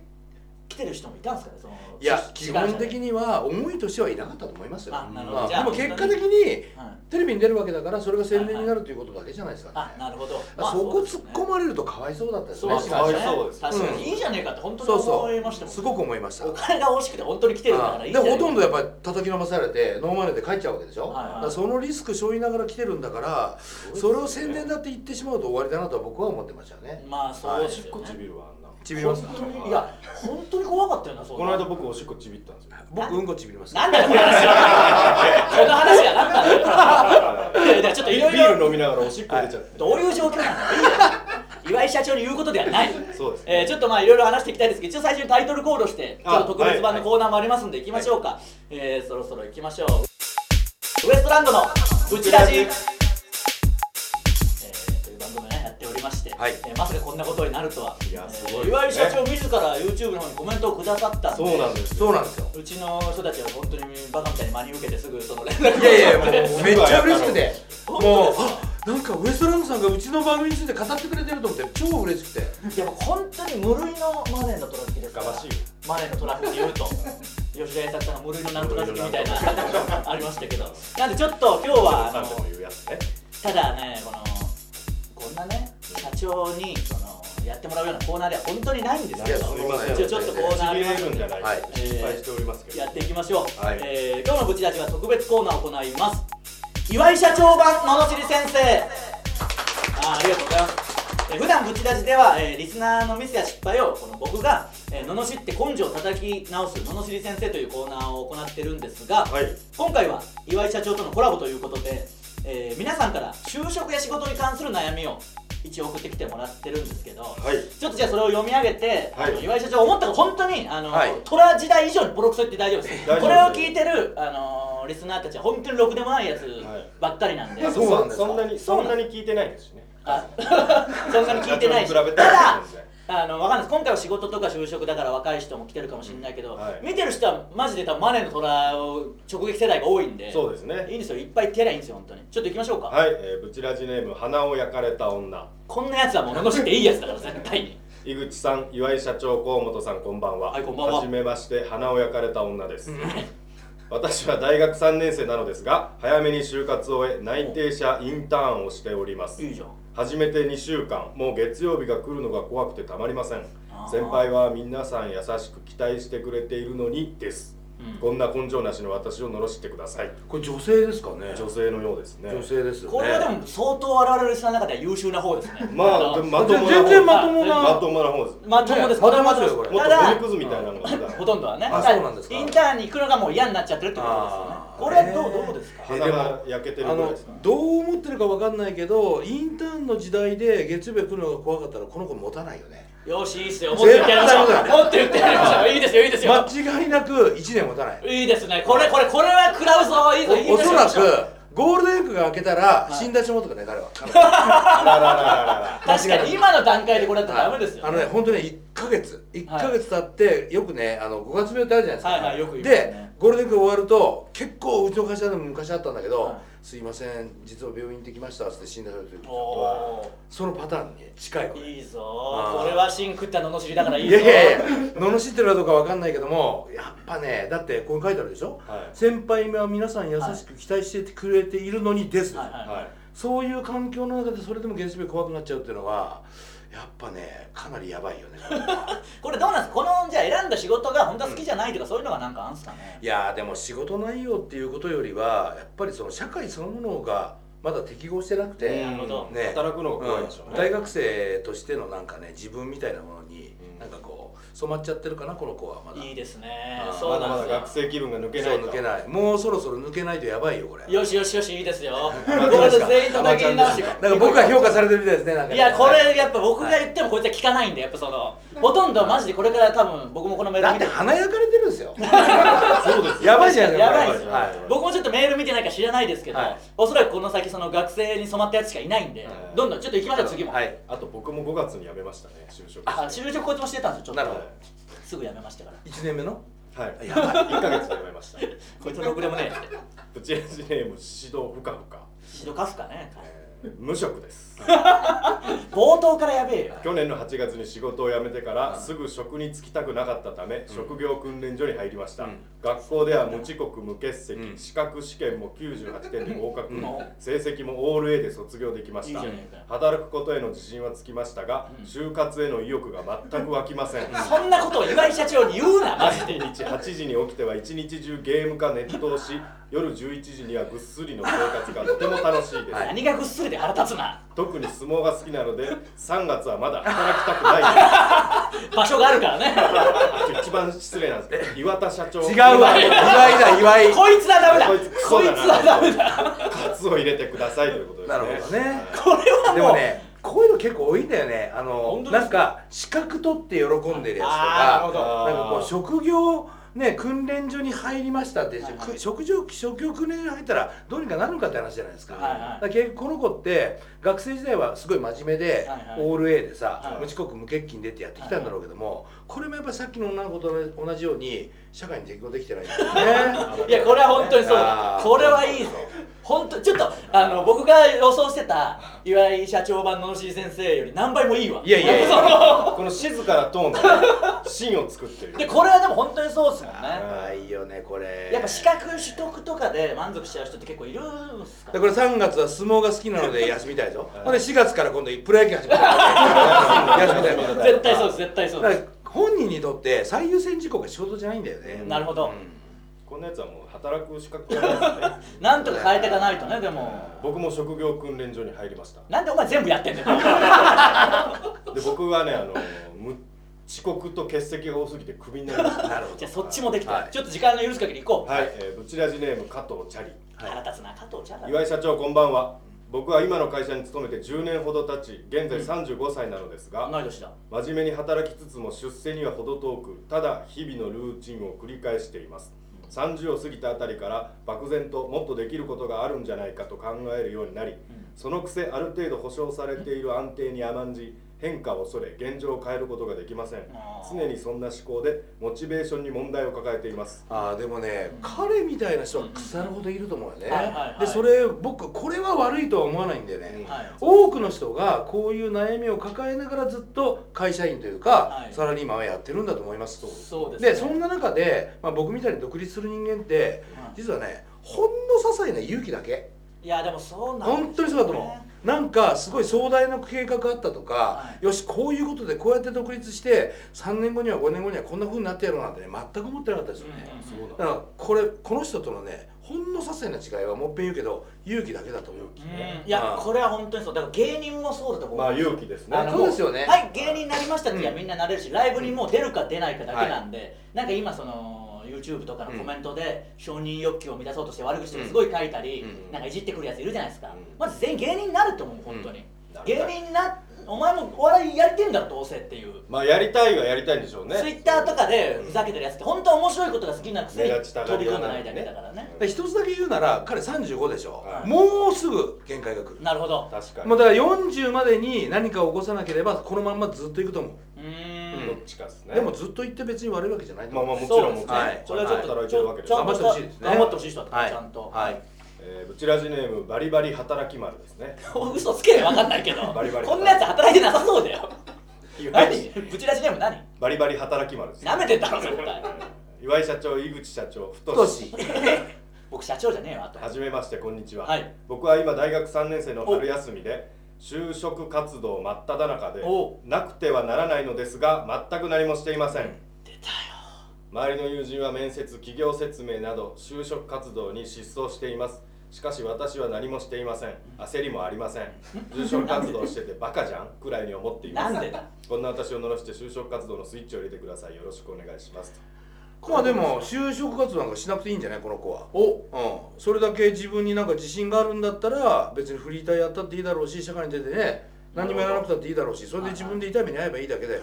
[SPEAKER 2] 来てる人もいたんですかねその
[SPEAKER 4] いや
[SPEAKER 2] 志
[SPEAKER 4] 基
[SPEAKER 2] 願者
[SPEAKER 4] 本的には重い年はいなかったと思いますよ、
[SPEAKER 2] あなるほど
[SPEAKER 4] まあ
[SPEAKER 2] じゃあ
[SPEAKER 4] でも結果的に
[SPEAKER 2] はい
[SPEAKER 4] テレビに出るわけだからそれが宣伝になるということだけじゃないですかね、
[SPEAKER 2] あなるほど、
[SPEAKER 4] あそこ突っ込まれるとかわいそうだったです
[SPEAKER 2] そ
[SPEAKER 4] ね
[SPEAKER 2] うで
[SPEAKER 3] あ
[SPEAKER 2] す
[SPEAKER 4] し
[SPEAKER 2] ね
[SPEAKER 4] かし
[SPEAKER 3] かわいそうです
[SPEAKER 2] 確か
[SPEAKER 4] うん
[SPEAKER 2] にいいじゃねえかって本当に
[SPEAKER 4] そうそ
[SPEAKER 2] 思いました
[SPEAKER 4] う
[SPEAKER 2] もん
[SPEAKER 4] すごく思いました
[SPEAKER 2] お金が惜しくて本当に来てるんだからいいじ
[SPEAKER 4] で
[SPEAKER 2] ゃねえか
[SPEAKER 4] ほとんどやっぱり叩きのまされてノーマネーで帰っちゃうわけでしょ、
[SPEAKER 2] はいはい
[SPEAKER 4] だからそのリスク背負いながら来てるんだからそれを宣伝だって言ってしまうと終わりだなとは僕は思ってましたよね
[SPEAKER 2] まあそうですよね
[SPEAKER 3] 唇はあんな
[SPEAKER 4] ちびります
[SPEAKER 2] 本当にいや本当当に怖かったよなそん
[SPEAKER 3] こ
[SPEAKER 2] な
[SPEAKER 3] の間僕おしっこちびったんですよ
[SPEAKER 4] 僕うんこちびりました
[SPEAKER 2] なんだよこの話はこの話がなんだよいやいやちょっといろい
[SPEAKER 3] ビー
[SPEAKER 2] ろ
[SPEAKER 3] ル飲みながらおしっこ出ちゃって、
[SPEAKER 2] どういう状況なのいいよ岩井社長に言うことではない
[SPEAKER 3] そうですね
[SPEAKER 2] えーちょっとまあいろいろ話していきたいですけど一応最初にタイトルコールをしてちょ
[SPEAKER 3] あ
[SPEAKER 2] っと特別版のコーナーもありますんで行きましょうか、えーそろそろ行きましょうウエストランドのブチラジ、えーという番組をねやっておりまして、
[SPEAKER 4] はい
[SPEAKER 2] えーまさかこんなことになるとは、
[SPEAKER 3] いやすご
[SPEAKER 2] え
[SPEAKER 3] いね
[SPEAKER 2] ー岩井社長自ら YouTube の方にコメントをくださったんで
[SPEAKER 3] そうなんですよ
[SPEAKER 4] そうなんですよ
[SPEAKER 2] うちの人たちは本当にバカみたいに真に受けてすぐその連絡を
[SPEAKER 4] いやいやもうめっちゃ嬉しくて
[SPEAKER 2] 本当
[SPEAKER 4] も
[SPEAKER 2] で
[SPEAKER 4] う
[SPEAKER 2] すか
[SPEAKER 4] あなんかウエストランドさんがうちの番組について語ってくれてると思って超嬉しくて
[SPEAKER 2] でも本当に無類のマネーのトラフィキですから
[SPEAKER 3] がましいよ
[SPEAKER 2] マネーのトラフィキで言う と吉田栄作さんが無類のなんとか好きみたいなありましたけどなんでちょっと今日はあ
[SPEAKER 3] なんでも
[SPEAKER 2] の
[SPEAKER 3] 言うやつね
[SPEAKER 2] ただねこのこんなね社長にそのやってもらうようなコーナーでは本当にないんです
[SPEAKER 3] い
[SPEAKER 2] け
[SPEAKER 3] や
[SPEAKER 2] ど
[SPEAKER 3] すみません
[SPEAKER 2] 一応ちょっとコーナーあり
[SPEAKER 3] ちび
[SPEAKER 2] ま
[SPEAKER 3] れ
[SPEAKER 2] す
[SPEAKER 3] るんじゃないか、
[SPEAKER 4] はい
[SPEAKER 3] 心配しておりますけど
[SPEAKER 2] やっていきましょう、
[SPEAKER 3] はい
[SPEAKER 2] えー今日の「ブチラジ」は特別コーナーを行います岩井社長版ののしり先生あーありがとうございますえー普段ブチラジでは、えーリスナーのミスや失敗をこの僕が、えー、罵って根性を叩き直す「ののしり先生」というコーナーを行ってるんですが、
[SPEAKER 3] はい
[SPEAKER 2] 今回は岩井社長とのコラボということで、えー皆さんから就職や仕事に関する悩みを一応送ってきてもらってるんですけど、
[SPEAKER 3] はい
[SPEAKER 2] ちょっとじゃあそれを読み上げて、
[SPEAKER 3] はい
[SPEAKER 2] あの岩井社長思ったこと本当にあの、
[SPEAKER 4] はい
[SPEAKER 2] 虎時代以上にボロクソ言って大丈夫です
[SPEAKER 3] 大丈夫です
[SPEAKER 2] これを聞いてるあのリスナーたちは本当にろくでもないやつばっかりなんで、
[SPEAKER 4] はい
[SPEAKER 2] そ
[SPEAKER 4] そうなんですか
[SPEAKER 3] そんなにそんなに聞いてないですしね
[SPEAKER 2] あそんなに聞いてないし
[SPEAKER 3] 社長に比べ
[SPEAKER 2] た
[SPEAKER 3] たら
[SPEAKER 2] だあのわかんないです今回は仕事とか就職だから若い人も来てるかもしれないけど、
[SPEAKER 3] うんはい
[SPEAKER 2] 見てる人はマジで多分マネーの虎を直撃世代が多いんで
[SPEAKER 3] そうですね
[SPEAKER 2] いいんですよいっぱい手りゃいいんですよ本当にちょっと行きましょうか、
[SPEAKER 3] はい、えー、ブチラジネーム花を焼かれた女
[SPEAKER 2] こんなやつはもう残していいやつだから絶対に
[SPEAKER 3] 井口さん岩井社長河本さんこんばんは
[SPEAKER 2] はいこんばんは
[SPEAKER 3] じめまして花を焼かれた女です 私は大学3年生なのですが早めに就活を終え内定者インターンをしております
[SPEAKER 2] いいじゃん
[SPEAKER 3] 初めて2週間もう月曜日が来るのが怖くてたまりません
[SPEAKER 2] あー
[SPEAKER 3] 先輩は皆さん優しく期待してくれているのにです、
[SPEAKER 2] うん
[SPEAKER 3] こんな根性なしの私を罵してください
[SPEAKER 4] これ女性ですかね
[SPEAKER 3] 女性のようですね
[SPEAKER 4] 女性ですよね
[SPEAKER 2] これはでも相当我々のリスナーの中では優秀な方ですね。
[SPEAKER 3] まあでもまともな方
[SPEAKER 4] 全然まとも
[SPEAKER 2] ま
[SPEAKER 4] な
[SPEAKER 3] まともな方ですも
[SPEAKER 2] まともです。
[SPEAKER 4] ねまともですよこれ
[SPEAKER 3] っ
[SPEAKER 2] た
[SPEAKER 3] と
[SPEAKER 2] だ
[SPEAKER 3] 米くずみたいなのが普段
[SPEAKER 2] ほとんどはね。
[SPEAKER 4] あそうなんですか
[SPEAKER 2] インターンに行くのがもう嫌になっちゃってるってことですよね。これはどうどうですか。
[SPEAKER 4] えー
[SPEAKER 3] 鼻が焼けてる
[SPEAKER 4] あ
[SPEAKER 3] ぐらい
[SPEAKER 4] の
[SPEAKER 3] ですね
[SPEAKER 4] どう思ってるかわかんないけどインターンの時代で月曜日来るのが怖かったらこの子持たないよね
[SPEAKER 2] よしいいっすよ。もっと言ってやりましょう。
[SPEAKER 4] 絶対無
[SPEAKER 2] もっと言ってやりましょ う。いいですよいいですよ。
[SPEAKER 4] 間違いなく1年持たない
[SPEAKER 2] いいですね。これこれこれは食らうぞ。いいぞいい
[SPEAKER 4] お
[SPEAKER 2] です
[SPEAKER 4] そ
[SPEAKER 2] よ。
[SPEAKER 4] らくゴールデンウィークが明けたら
[SPEAKER 2] はい
[SPEAKER 4] 死んだしもとかね彼は彼は
[SPEAKER 3] あららららら
[SPEAKER 2] 確かに今の段階でこれだったらダメですよ。
[SPEAKER 4] あのね本当に1ヶ月1ヶ月経ってよくねあの5月病ってあるじゃないですか
[SPEAKER 2] はいはいよく言います
[SPEAKER 4] で
[SPEAKER 2] ね。
[SPEAKER 4] ゴールデンウィーク終わると結構うちの会社でも昔あったんだけど、
[SPEAKER 2] はい
[SPEAKER 4] すいません実は病院行ってきましたっつって死んだ人がいる
[SPEAKER 2] おお
[SPEAKER 4] そのパターンに近いこ
[SPEAKER 2] ー。
[SPEAKER 4] れ
[SPEAKER 2] いいぞ。
[SPEAKER 4] あー
[SPEAKER 2] これは芯食ったののしりだからいい
[SPEAKER 4] い
[SPEAKER 2] ぞ
[SPEAKER 4] や。いやいや罵ってるかどうかわかんないけどもやっぱねだってこれ書いてあるでしょ
[SPEAKER 3] はい
[SPEAKER 4] 先輩は皆さん優しく期待してくれているのにです、
[SPEAKER 2] はいはい
[SPEAKER 3] はい
[SPEAKER 4] そういう環境の中でそれでも原子力怖くなっちゃうっていうのはやっぱねかなりやばいよね
[SPEAKER 2] これどうなんですか。このじゃあ選んだ仕事が本当は好きじゃないとかそういうのがなんかあんすかね。
[SPEAKER 4] いやーでも仕事内容っていうことよりはやっぱりその社会そのものがまだ適合してなくて、
[SPEAKER 2] なるほど
[SPEAKER 3] うん
[SPEAKER 4] ね
[SPEAKER 3] 働くのが怖いでしょう
[SPEAKER 4] うん
[SPEAKER 3] ね
[SPEAKER 4] 大学生としてのなんかね自分みたいなものに、
[SPEAKER 3] うん
[SPEAKER 4] なんかこう染まっちゃってるかなこの子はまだ
[SPEAKER 2] いいですね
[SPEAKER 4] あ。ー
[SPEAKER 2] そう
[SPEAKER 3] まだ
[SPEAKER 2] な
[SPEAKER 3] まだ
[SPEAKER 2] んで
[SPEAKER 3] 学
[SPEAKER 2] すよ。
[SPEAKER 3] 生気分が抜けな
[SPEAKER 4] そう
[SPEAKER 3] いと
[SPEAKER 4] 抜けないもうそろそろ抜けないとやばいよこれ
[SPEAKER 2] よしよしよしいいですよ。こ
[SPEAKER 4] あ
[SPEAKER 2] れ全員とだけに直してい
[SPEAKER 4] なん
[SPEAKER 2] く
[SPEAKER 4] か僕は評価されてるみたいですねなんか
[SPEAKER 2] い
[SPEAKER 4] ね
[SPEAKER 2] やこれやっぱ僕が言ってもこいつは聞かないんでやっぱそのほとんどマジでこれから多分僕もこのメール
[SPEAKER 4] だっ
[SPEAKER 2] 見
[SPEAKER 4] て
[SPEAKER 2] て
[SPEAKER 4] 花焼かれてるんですよ
[SPEAKER 3] そうです
[SPEAKER 4] やばいじゃないです
[SPEAKER 2] や
[SPEAKER 4] か
[SPEAKER 2] ばい
[SPEAKER 4] こ
[SPEAKER 2] で
[SPEAKER 4] れ
[SPEAKER 2] す
[SPEAKER 3] よ
[SPEAKER 4] はい
[SPEAKER 2] 僕もちょっとメール見てないから知らないですけど、
[SPEAKER 4] はい
[SPEAKER 2] おそらくこの先その学生に染まったやつしかいないんで、
[SPEAKER 3] い
[SPEAKER 2] どんどんちょっと行きましょう次も、
[SPEAKER 4] はい
[SPEAKER 3] あと僕も5月に辞めましたね就職
[SPEAKER 2] あ就職こいつもしてたんですよちょ
[SPEAKER 4] な
[SPEAKER 2] っ
[SPEAKER 4] るほ
[SPEAKER 2] と
[SPEAKER 4] ど
[SPEAKER 2] すぐ辞めましたから
[SPEAKER 4] 1年目の
[SPEAKER 3] はい
[SPEAKER 4] やばい
[SPEAKER 3] 1ヶ月で辞めました
[SPEAKER 2] こいつろくでもねえって
[SPEAKER 3] プチラジネーム指導ふかふか
[SPEAKER 2] シドカフカね
[SPEAKER 3] えー無職です
[SPEAKER 2] 冒頭からやべえよ
[SPEAKER 3] 去年の8月に仕事を辞めてからすぐ職に就きたくなかったため、職業訓練所に入りました、
[SPEAKER 4] うん
[SPEAKER 3] 学校では無遅刻無欠席、
[SPEAKER 4] うん
[SPEAKER 3] 資格試験も98点で合格、
[SPEAKER 4] うん
[SPEAKER 3] 成績もオール A で卒業できました
[SPEAKER 2] いいじゃないか
[SPEAKER 3] 働くことへの自信はつきましたが、
[SPEAKER 2] うん
[SPEAKER 3] 就活への意欲が全く湧きません、
[SPEAKER 2] そんなことを岩井社長に言うなマジで
[SPEAKER 3] 毎日8時に起きては一日中ゲームかネットをし夜11時にはぐっすりの生活がとても楽しいです、
[SPEAKER 2] 何がぐっすりで腹立つな
[SPEAKER 3] 特に相撲が好きなの で3月はまだ働きたくない
[SPEAKER 2] 場所があるからね
[SPEAKER 3] です一番失礼なんですけど岩田社長
[SPEAKER 4] 違うわ岩井だ岩井
[SPEAKER 2] こいつはダメだ
[SPEAKER 3] こ
[SPEAKER 2] こ
[SPEAKER 3] い
[SPEAKER 2] い
[SPEAKER 3] つ
[SPEAKER 2] つ
[SPEAKER 3] クソだな
[SPEAKER 2] はダメだ
[SPEAKER 3] カツを入れてくださいということですね
[SPEAKER 4] なるほどね
[SPEAKER 3] はい
[SPEAKER 2] これはもう
[SPEAKER 4] でもねこういうの結構多いんだよねあの
[SPEAKER 5] 本当ですか
[SPEAKER 4] なんか資格取って喜んでるや
[SPEAKER 5] あーなるほど
[SPEAKER 4] つとかなんかこ
[SPEAKER 3] あー
[SPEAKER 4] う職業ね訓練所に入りましたって、く職業職業訓練所に入ったらどうにかなるのかって話じゃないですか,、
[SPEAKER 2] はいはい
[SPEAKER 4] だから結局この子って学生時代はすごい真面目で、
[SPEAKER 2] はいはい
[SPEAKER 4] オール A でさ、
[SPEAKER 2] はい
[SPEAKER 4] 無遅刻無欠勤でってやってきたんだろうけども、これもやっぱさっきの女の子と同じように社会に適応できてないんだよね
[SPEAKER 2] いやこれは本当にそう
[SPEAKER 4] あ
[SPEAKER 2] だ
[SPEAKER 4] ー
[SPEAKER 2] これはいいぞ本当ちょっとあの僕が予想してた岩井社長版ののしい先生より何倍もいいわ
[SPEAKER 4] いや いやいや
[SPEAKER 3] この静かなトーンで芯を作ってる
[SPEAKER 2] でこれはでも本当にそうですもんね
[SPEAKER 4] あーいいよねこれ
[SPEAKER 2] やっぱ資格取得とかで満足しちゃう人って結構いるんすか
[SPEAKER 4] だから3月は相撲が好きなので休みたいでしょ。
[SPEAKER 3] い
[SPEAKER 4] ほんで4月から今度プロ野球始ま るからね休みたい休みたい。
[SPEAKER 2] 絶対そうです絶対そう
[SPEAKER 4] だ
[SPEAKER 2] で
[SPEAKER 4] から
[SPEAKER 2] す
[SPEAKER 4] 本人にとって最優先事項が仕事じゃないんだよね。
[SPEAKER 2] なるほど
[SPEAKER 3] こんなやつはもう働く資格がないですね
[SPEAKER 2] なんとか変えていかないとねでも
[SPEAKER 3] 僕も職業訓練所に入りました
[SPEAKER 2] なんでお前全部やってんだ よ
[SPEAKER 3] で僕はねあのむ遅刻と欠席が多すぎてクビになりました
[SPEAKER 4] なるほ
[SPEAKER 2] じ
[SPEAKER 4] ど
[SPEAKER 2] ゃあ。そっちもできた、
[SPEAKER 4] はい
[SPEAKER 2] ちょっと時間の許す限り行こう、
[SPEAKER 3] はい、えー、ブチラジネーム加藤チャリ
[SPEAKER 2] 腹立つな加藤ちゃんだ
[SPEAKER 3] 岩井社長こんばんは僕は今の会社に勤めて10年ほど経ち現在35歳なのですが、
[SPEAKER 2] 同い年だ
[SPEAKER 3] 真面目に働きつつも出世には程遠くただ日々のルーチンを繰り返しています30を過ぎたあたりから漠然ともっとできることがあるんじゃないかと考えるようになり、そのくせある程度保障されている安定に甘んじ変化を恐れ現状を変えることができません
[SPEAKER 2] あー
[SPEAKER 3] 常にそんな思考でモチベーションに問題を抱えています
[SPEAKER 4] ああでもね彼みたいな人は腐るほどいると思うよね
[SPEAKER 2] はいはいはい。
[SPEAKER 4] でそれ僕これは悪いとは思わないんだよね。
[SPEAKER 2] はい
[SPEAKER 4] 多くの人がこういう悩みを抱えながらずっと会社員というか
[SPEAKER 2] はい
[SPEAKER 4] サラリーマンはやってるんだと思います。
[SPEAKER 2] そうですね
[SPEAKER 4] でそんな中で、まあ、僕みたいに独立する人間って
[SPEAKER 2] はい
[SPEAKER 4] 実はねほんの些細な勇気だけ
[SPEAKER 2] いやでもそうなん
[SPEAKER 4] 本当にそうだと思うなんかすごい壮大な計画あったとか、
[SPEAKER 2] はい
[SPEAKER 4] よしこういうことでこうやって独立して3年後には5年後にはこんな風になってやろうなんてね全く思ってなかったですよね、
[SPEAKER 2] うんうんうん
[SPEAKER 4] だからこれこの人とのねほんの些細な違いはもっぺん言うけど勇気だけだと思う
[SPEAKER 2] うんいや
[SPEAKER 4] うん
[SPEAKER 2] これは本当にそうだから芸人もそうだと思う、
[SPEAKER 3] まあ勇気ですね
[SPEAKER 2] あの
[SPEAKER 4] そうですよね
[SPEAKER 2] はい芸人になりましたっていや
[SPEAKER 4] うん
[SPEAKER 2] みんななれるし、ライブにもう出るか出ないかだけなんで、なんか今その YouTube とかのコメントで承認欲求を満たそうとして悪口とかすごい書いたり、
[SPEAKER 4] うん
[SPEAKER 2] なんかいじってくるやついるじゃないですか、
[SPEAKER 3] うん
[SPEAKER 2] まず全員芸人になると思う本当に、
[SPEAKER 3] なる
[SPEAKER 2] 芸人になお前もお笑いやりてんだろどうせっていう、
[SPEAKER 3] まあやりたいはやりたいんでしょうね
[SPEAKER 2] Twitter とかでふざけてるやつって本当は面白いことが好きなくせに
[SPEAKER 3] 目立ちたが
[SPEAKER 2] 飛
[SPEAKER 3] り
[SPEAKER 2] び
[SPEAKER 3] 屋
[SPEAKER 2] 込
[SPEAKER 3] なんんで
[SPEAKER 2] で
[SPEAKER 3] ね
[SPEAKER 2] ないだけだからね
[SPEAKER 4] だから一つだけ言うなら彼35でしょ、
[SPEAKER 3] はい
[SPEAKER 4] もうすぐ限界が来る
[SPEAKER 2] なるほど
[SPEAKER 3] 確かに
[SPEAKER 4] もうだから40までに何かを起こさなければこのまんまずっといくと思う、
[SPEAKER 2] うーん
[SPEAKER 3] どっちかですね
[SPEAKER 4] でもずっと行って別に悪いわけじゃないと
[SPEAKER 3] まあ
[SPEAKER 4] 思
[SPEAKER 3] ま
[SPEAKER 4] う
[SPEAKER 3] あもち
[SPEAKER 2] そ
[SPEAKER 3] ろ
[SPEAKER 2] うんです
[SPEAKER 3] も
[SPEAKER 2] ね
[SPEAKER 3] ちろん、
[SPEAKER 4] はい
[SPEAKER 2] それはちょっ
[SPEAKER 3] 働
[SPEAKER 2] と
[SPEAKER 3] いてるわけです
[SPEAKER 2] ちょ
[SPEAKER 4] 頑張ってほしいですね
[SPEAKER 2] 頑張ってほしい人だった、
[SPEAKER 4] はい
[SPEAKER 2] ちゃんと、
[SPEAKER 4] はい
[SPEAKER 3] えー、ブチラジネームバリバリ働き丸ですね
[SPEAKER 2] 嘘つけね分かんないけど
[SPEAKER 3] バリバリ
[SPEAKER 2] こんなやつ働いてなさそうだよ何ブチラジネーム何
[SPEAKER 3] バリバリ働き丸です
[SPEAKER 2] なめてんだろ絶対
[SPEAKER 3] 岩井社長井口社長太
[SPEAKER 4] 太
[SPEAKER 3] し
[SPEAKER 4] し
[SPEAKER 2] 僕社長じゃねえわあと
[SPEAKER 3] はじめましてこんにちは、
[SPEAKER 2] はい
[SPEAKER 3] 僕は今大学3年生の春休みで就職活動真っ只中で
[SPEAKER 2] お
[SPEAKER 3] なくてはならないのですが全く何もしていません周りの友人は面接企業説明など就職活動に失踪していますしかし私は何もしていません焦りもあ りません就職活動しててバカじゃんくらいに思っています
[SPEAKER 2] なんでだ
[SPEAKER 3] こんな私を罵して就職活動のスイッチを入れてくださいよろしくお願いしますと
[SPEAKER 4] まあでも就職活動なんかしなくていいんじゃないこの子はお、うん、それだけ自分になんか自信があるんだったら別にフリーターやったっていいだろうし社会に出てね何にもやらなくたっていいだろうしそれで自分で痛い目に遭えばいいだけだよ、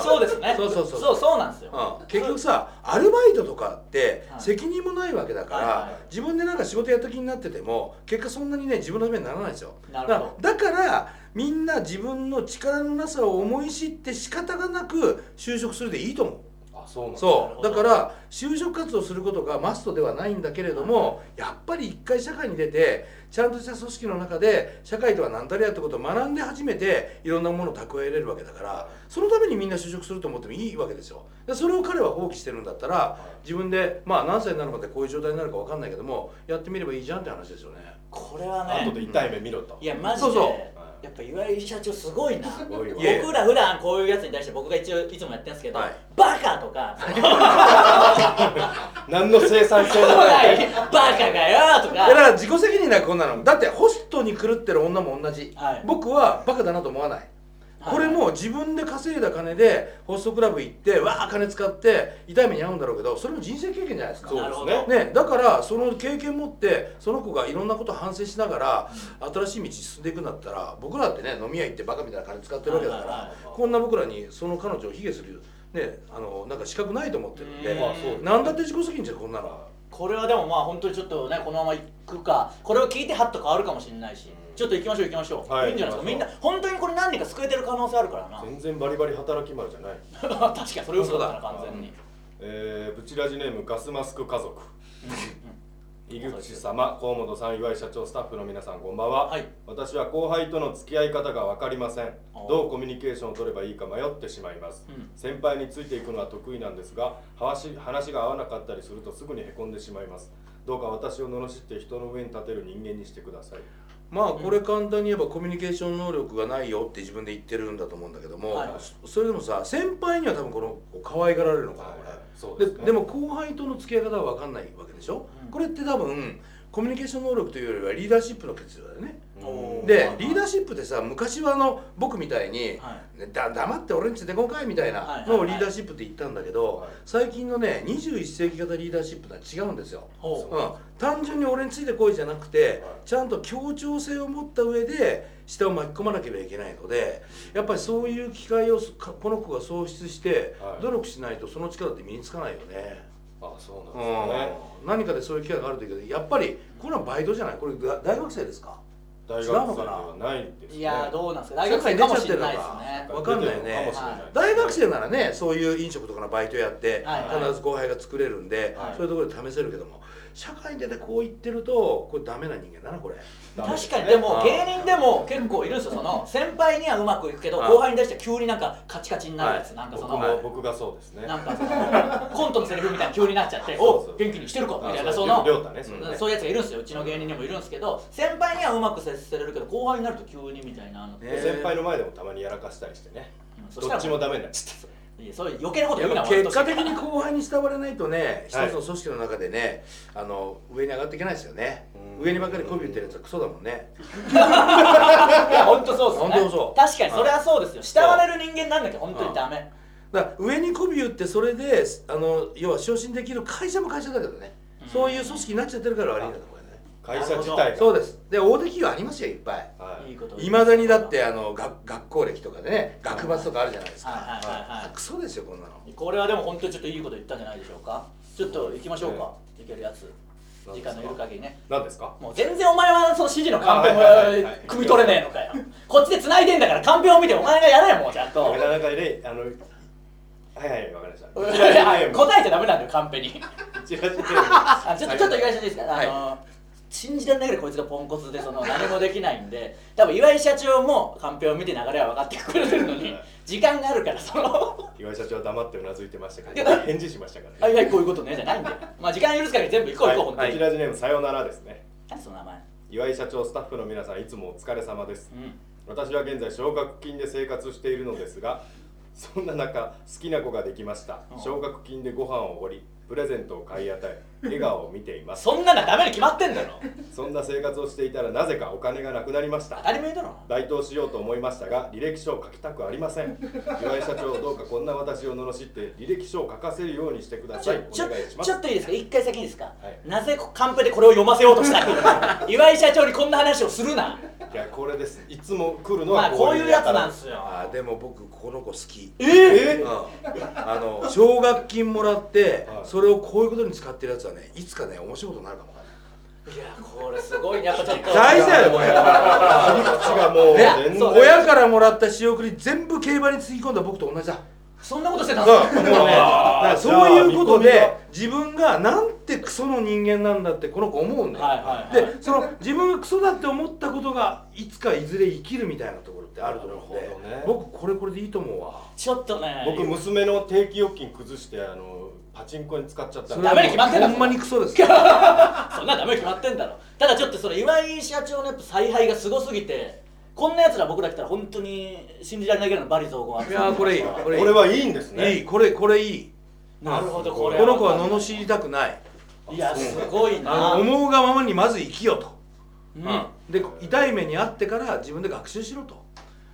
[SPEAKER 2] そうですね
[SPEAKER 4] そうそうそう
[SPEAKER 2] そうそうなんですよ
[SPEAKER 4] うん、結局さアルバイトとかって
[SPEAKER 2] はい
[SPEAKER 4] 責任もないわけだから、
[SPEAKER 2] はいはい
[SPEAKER 4] 自分でなんか仕事やった気になってても結果そんなにね自分のためにならないんですよ
[SPEAKER 2] なるほど
[SPEAKER 4] だからだからみんな自分の力のなさを思い知って仕方がなく就職するでいいと思う
[SPEAKER 3] あそうなん
[SPEAKER 4] そ
[SPEAKER 2] なる
[SPEAKER 4] うだ
[SPEAKER 2] ほど
[SPEAKER 4] から就職活動することがマストではないんだけれども、やっぱり一回社会に出てちゃんとした組織の中で社会とは何たりやってことを学んで初めていろんなものを蓄えれるわけだからそのためにみんな就職すると思ってもいいわけですよでそれを彼は放棄してるんだったら自分でまあ何歳になるかでこういう状態になるか分かんないけどもやってみればいいじゃんって話ですよね
[SPEAKER 2] これは
[SPEAKER 3] 後で
[SPEAKER 2] ね
[SPEAKER 3] 痛い目見ろと
[SPEAKER 2] いやマジ
[SPEAKER 4] そうそう
[SPEAKER 2] でやっぱ岩井社長すごいな
[SPEAKER 3] ごいわ
[SPEAKER 4] いえ
[SPEAKER 2] 僕ら普段こういうやつに対して僕が一応いつもやってるんですけど、
[SPEAKER 4] はい
[SPEAKER 2] バカとか
[SPEAKER 3] 何の生産性も
[SPEAKER 2] 来
[SPEAKER 3] な
[SPEAKER 2] ないいバカがよと
[SPEAKER 4] いやだか
[SPEAKER 2] から
[SPEAKER 4] 自己責任なこんなのだってホストに狂ってる女も同じ、
[SPEAKER 2] はい
[SPEAKER 4] 僕はバカだなと思わない、
[SPEAKER 2] はい
[SPEAKER 4] これも自分で稼いだ金でホストクラブ行ってわあ金使って痛い目に遭うんだろうけどそれも人生経験じゃないですか
[SPEAKER 3] そう
[SPEAKER 2] なる
[SPEAKER 3] です
[SPEAKER 2] ほ
[SPEAKER 3] ね
[SPEAKER 2] ど
[SPEAKER 4] ね、だからその経験持ってその子がいろんなこと反省しながら新しい道進んでいくんだったら僕らってね飲み屋行ってバカみたいな金使ってるわけだか
[SPEAKER 2] はいはいは
[SPEAKER 4] ら
[SPEAKER 2] いはい
[SPEAKER 4] こんな僕らにその彼女を卑下する、ね、あのなんか資格ないと思ってるんで
[SPEAKER 2] うんまあそうです
[SPEAKER 3] ね
[SPEAKER 4] 何だって自己責任じゃんこんなの。
[SPEAKER 2] これはでもまあ本当にちょっとねこのままいくかこれを聞いてハッと変わるかもしれないしちょっと行きましょう行きましょう、
[SPEAKER 3] はい
[SPEAKER 2] い、いんじゃないですかみんな本当にこれ何人か救えてる可能性あるからな
[SPEAKER 3] 全然バリバリ働き丸じゃない、
[SPEAKER 2] 確かにそれ嘘だったな完全に、
[SPEAKER 3] えー、ブチラジネームガスマスク家族井口様河本さん岩井社長スタッフの皆さんこんばんは、
[SPEAKER 2] はい
[SPEAKER 3] 私は後輩との付き合い方が分かりません
[SPEAKER 2] あ
[SPEAKER 3] どうコミュニケーションを取ればいいか迷ってしまいます、
[SPEAKER 2] うん
[SPEAKER 3] 先輩についていくのは得意なんですが話話が合わなかったりするとすぐにへこんでしまいますどうか私を罵って人の上に立てる人間にしてください
[SPEAKER 4] まあこれ簡単に言えばコミュニケーション能力がないよって自分で言ってるんだと思うんだけども、
[SPEAKER 2] はい
[SPEAKER 4] そそれでもさ先輩には多分この子可愛がられるのかなこれ、
[SPEAKER 3] そう
[SPEAKER 4] で
[SPEAKER 3] です、ね、
[SPEAKER 4] でも後輩との付き合い方は分かんないわけでしょ、
[SPEAKER 2] うん
[SPEAKER 4] これって多分コミュニケーション能力というよりはリーダーシップの欠如だよね、
[SPEAKER 3] うん
[SPEAKER 2] お
[SPEAKER 4] で
[SPEAKER 2] はい
[SPEAKER 4] リーダーシップってさ昔はあの僕みたいに、
[SPEAKER 2] は
[SPEAKER 4] だ黙って俺についてこんかいみたい
[SPEAKER 2] はい
[SPEAKER 4] な
[SPEAKER 2] はいはい
[SPEAKER 4] のをリーダーシップって言ったんだけど、
[SPEAKER 3] はい
[SPEAKER 4] 最近のね21世紀型リーダーシップとは違うんですよ、
[SPEAKER 2] ほう
[SPEAKER 4] うん、単純に俺についてこいじゃなくてちゃんと協調性を持った上で下を巻き込まなければいけないのでやっぱりそういう機会をそかこの子が創出して
[SPEAKER 3] はい
[SPEAKER 4] 努力しないとその力って身につかないよね、
[SPEAKER 3] あそうなんですよね、
[SPEAKER 4] うん、何かでそういう機会があるといいけどやっぱりこれはバイトじゃないこれが大学生ですか
[SPEAKER 3] 大学
[SPEAKER 4] 違
[SPEAKER 3] 生
[SPEAKER 4] う
[SPEAKER 3] で
[SPEAKER 4] のかな
[SPEAKER 3] はないですね
[SPEAKER 2] い、いやーどうなんですか大学生かもしれないですね
[SPEAKER 4] わかんないよね
[SPEAKER 3] 出てるのかもしれない
[SPEAKER 2] は
[SPEAKER 4] 大学生ならねそういう飲食とかのバイトやって、
[SPEAKER 2] はいはい
[SPEAKER 4] 必ず後輩が作れるんで、
[SPEAKER 2] はい
[SPEAKER 4] そういうところで試せるけども社会に出てこう言ってるとこれダメな人間だなこれ
[SPEAKER 3] ダメす
[SPEAKER 2] 確
[SPEAKER 3] ね
[SPEAKER 2] かにでも
[SPEAKER 4] あー
[SPEAKER 2] 芸人でも結構いるんですよその先輩にはうまくいくけど
[SPEAKER 4] あー
[SPEAKER 2] 後輩に対して急になんかカチカチになるやつ
[SPEAKER 4] はい
[SPEAKER 2] なんかそ
[SPEAKER 3] 僕
[SPEAKER 2] の
[SPEAKER 3] も僕がそうですね
[SPEAKER 2] なんかそのコントのセリフみたいに急になっちゃって「
[SPEAKER 3] そうそ
[SPEAKER 2] お
[SPEAKER 3] う
[SPEAKER 2] 元気にしてるか」みたいな
[SPEAKER 3] あ
[SPEAKER 2] そ
[SPEAKER 3] そう
[SPEAKER 2] の
[SPEAKER 3] 亮太ねそれ
[SPEAKER 2] うん
[SPEAKER 3] ね
[SPEAKER 2] そういうやつがいるんですようちの芸人にもいるんですけど先輩にはうまく接せれるけど後輩になると急にみたいなの
[SPEAKER 4] ね
[SPEAKER 3] で先輩の前でもたまにやらかしたりしてね
[SPEAKER 2] うんそし
[SPEAKER 3] ど
[SPEAKER 2] た
[SPEAKER 3] っ
[SPEAKER 2] ら
[SPEAKER 3] ちもダメになっちゃっ
[SPEAKER 2] いやそういう余計なこと
[SPEAKER 4] や
[SPEAKER 2] 言うな
[SPEAKER 4] っぱ結
[SPEAKER 2] 俺
[SPEAKER 4] 果
[SPEAKER 2] と
[SPEAKER 4] 的に後輩に慕われないとね一
[SPEAKER 3] はい
[SPEAKER 4] つの組織の中でね、あの上に上がっていけないですよね
[SPEAKER 3] うん
[SPEAKER 4] 上にばっかり媚び売ってるやつはクソだもんね
[SPEAKER 2] いや本当そうですよね
[SPEAKER 4] 本当そう
[SPEAKER 2] 確かにそれはそうですよ慕われる人間なんだけど本当にダメ
[SPEAKER 4] だから上に媚び売ってそれであの要は昇進できる会社も会社だけどね、
[SPEAKER 2] うん
[SPEAKER 4] そういう組織になっちゃってるから悪いんだとこれね
[SPEAKER 3] た会社自体が
[SPEAKER 4] そうですで大手企業ありますよいっぱい
[SPEAKER 3] はい
[SPEAKER 2] いいこと
[SPEAKER 4] いまだにだってあの学学校歴とかでね学罰とかあるじゃないですか、
[SPEAKER 2] はいはいはいはい
[SPEAKER 4] クソですよこんなの
[SPEAKER 2] これはでも本当にちょっといいこと言ったんじゃないでしょうかちょっと行きましょうかいけるやつ時間のいる限りね
[SPEAKER 3] 何ですか
[SPEAKER 2] もう全然お前はその指示のカンペも
[SPEAKER 3] はいはいはいはい
[SPEAKER 2] 汲み取れねえのかよこっちで繋いでんだからカンペを見てお前がやれよもうちゃんと
[SPEAKER 3] なかなかねあのはい はいわかりました
[SPEAKER 2] うん
[SPEAKER 3] ブチラジネーム
[SPEAKER 2] 答えちゃダメなんだよカンペに
[SPEAKER 3] ブチラジネーム
[SPEAKER 2] あちょっとちょっと岩井社長いいですか、
[SPEAKER 4] はい
[SPEAKER 2] あの信じられないぐらいこいつがポンコツでその何もできないんで多分岩井社長もカンペを見て流れは分かってくれてるのに時間があるからその
[SPEAKER 3] 岩井社長は黙ってうなずいてましたけど返事しましたから
[SPEAKER 2] あ
[SPEAKER 3] ね
[SPEAKER 2] いやこういうことねじゃないんでまあ時間許す限り全部行こう行こう、本当
[SPEAKER 3] はい
[SPEAKER 2] に
[SPEAKER 3] ブチラジネームさよならですね
[SPEAKER 2] 何その名前
[SPEAKER 3] 岩井社長スタッフの皆さんいつもお疲れ様です
[SPEAKER 2] うん
[SPEAKER 3] 私は現在奨学金で生活しているのですがそんな中好きな子ができました
[SPEAKER 2] うん
[SPEAKER 3] 奨学金でご飯をおごりプレゼントを買い与え笑顔を見ています
[SPEAKER 2] そんなのダメに決まってんだろ
[SPEAKER 3] そんな生活をしていたらなぜかお金がなくなりまし
[SPEAKER 2] 当
[SPEAKER 3] た
[SPEAKER 2] たり前だろ
[SPEAKER 3] 該当しようと思いましたが履歴書を書きたくありません岩井社長どうかこんな私を罵って履歴書を書かせるようにしてくだ
[SPEAKER 2] ち
[SPEAKER 3] さ
[SPEAKER 2] ょ
[SPEAKER 3] いお
[SPEAKER 2] ちょ
[SPEAKER 3] 願いしま
[SPEAKER 2] ち
[SPEAKER 3] す
[SPEAKER 2] ょっといいですか一回先にいいですか、
[SPEAKER 3] い
[SPEAKER 2] なぜカンペでこれを読ませようとしたの 岩井社長にこんな話をするない
[SPEAKER 3] やこれですいつも来るの
[SPEAKER 2] ま
[SPEAKER 3] は
[SPEAKER 2] あこういうやつ
[SPEAKER 3] から
[SPEAKER 2] なんですよ
[SPEAKER 4] あーでも僕この子好き
[SPEAKER 2] えー
[SPEAKER 4] う
[SPEAKER 3] え
[SPEAKER 4] んあの奨学金もらって
[SPEAKER 3] はい
[SPEAKER 4] それをこういうことに使ってるやつはねいつかね面白いことになるかも
[SPEAKER 2] いやこれすごいねやっぱちょっと
[SPEAKER 4] 大事だよこれ
[SPEAKER 3] 切り口がもう
[SPEAKER 4] ね
[SPEAKER 3] 全然
[SPEAKER 4] 親からもらった仕送り全部競馬につぎ込んだ僕と同じだ
[SPEAKER 2] そんなことして
[SPEAKER 4] う
[SPEAKER 2] た
[SPEAKER 4] ん
[SPEAKER 2] んです
[SPEAKER 4] もう
[SPEAKER 2] か
[SPEAKER 4] ねだ
[SPEAKER 2] もうね
[SPEAKER 4] からそういうこと
[SPEAKER 3] じゃあ
[SPEAKER 4] で自分がなんてクソの人間なんだってこの子思うんだよ、
[SPEAKER 2] はいはいはい
[SPEAKER 4] でその自分がクソだって思ったことがいつかいずれ生きるみたいなところってあると思うんで、
[SPEAKER 3] なるほどね
[SPEAKER 4] 僕これこれでいいと思うわ
[SPEAKER 2] ちょっとね
[SPEAKER 3] 僕娘の定期預金崩してあのパチンコに使っちゃったん
[SPEAKER 4] そ
[SPEAKER 3] で
[SPEAKER 4] れは
[SPEAKER 2] ダメに決まってんだ
[SPEAKER 4] ほんまにク ソですよ
[SPEAKER 2] そんなダメに決まってんだろただちょっとその岩井社長のやっぱ采配がすごすぎてこんなやつら僕ら来たら本当に信じられないぐらいのバリ雑言あ
[SPEAKER 4] いやーこれいいこれいい
[SPEAKER 3] これはいいんですね
[SPEAKER 4] いいこれこれいい
[SPEAKER 2] なるほどこれ
[SPEAKER 4] この子は罵りたくない
[SPEAKER 2] いやすごいな
[SPEAKER 4] あの思うがままにまず生きよと、
[SPEAKER 2] うん
[SPEAKER 4] で痛い目にあってから自分で学習しろと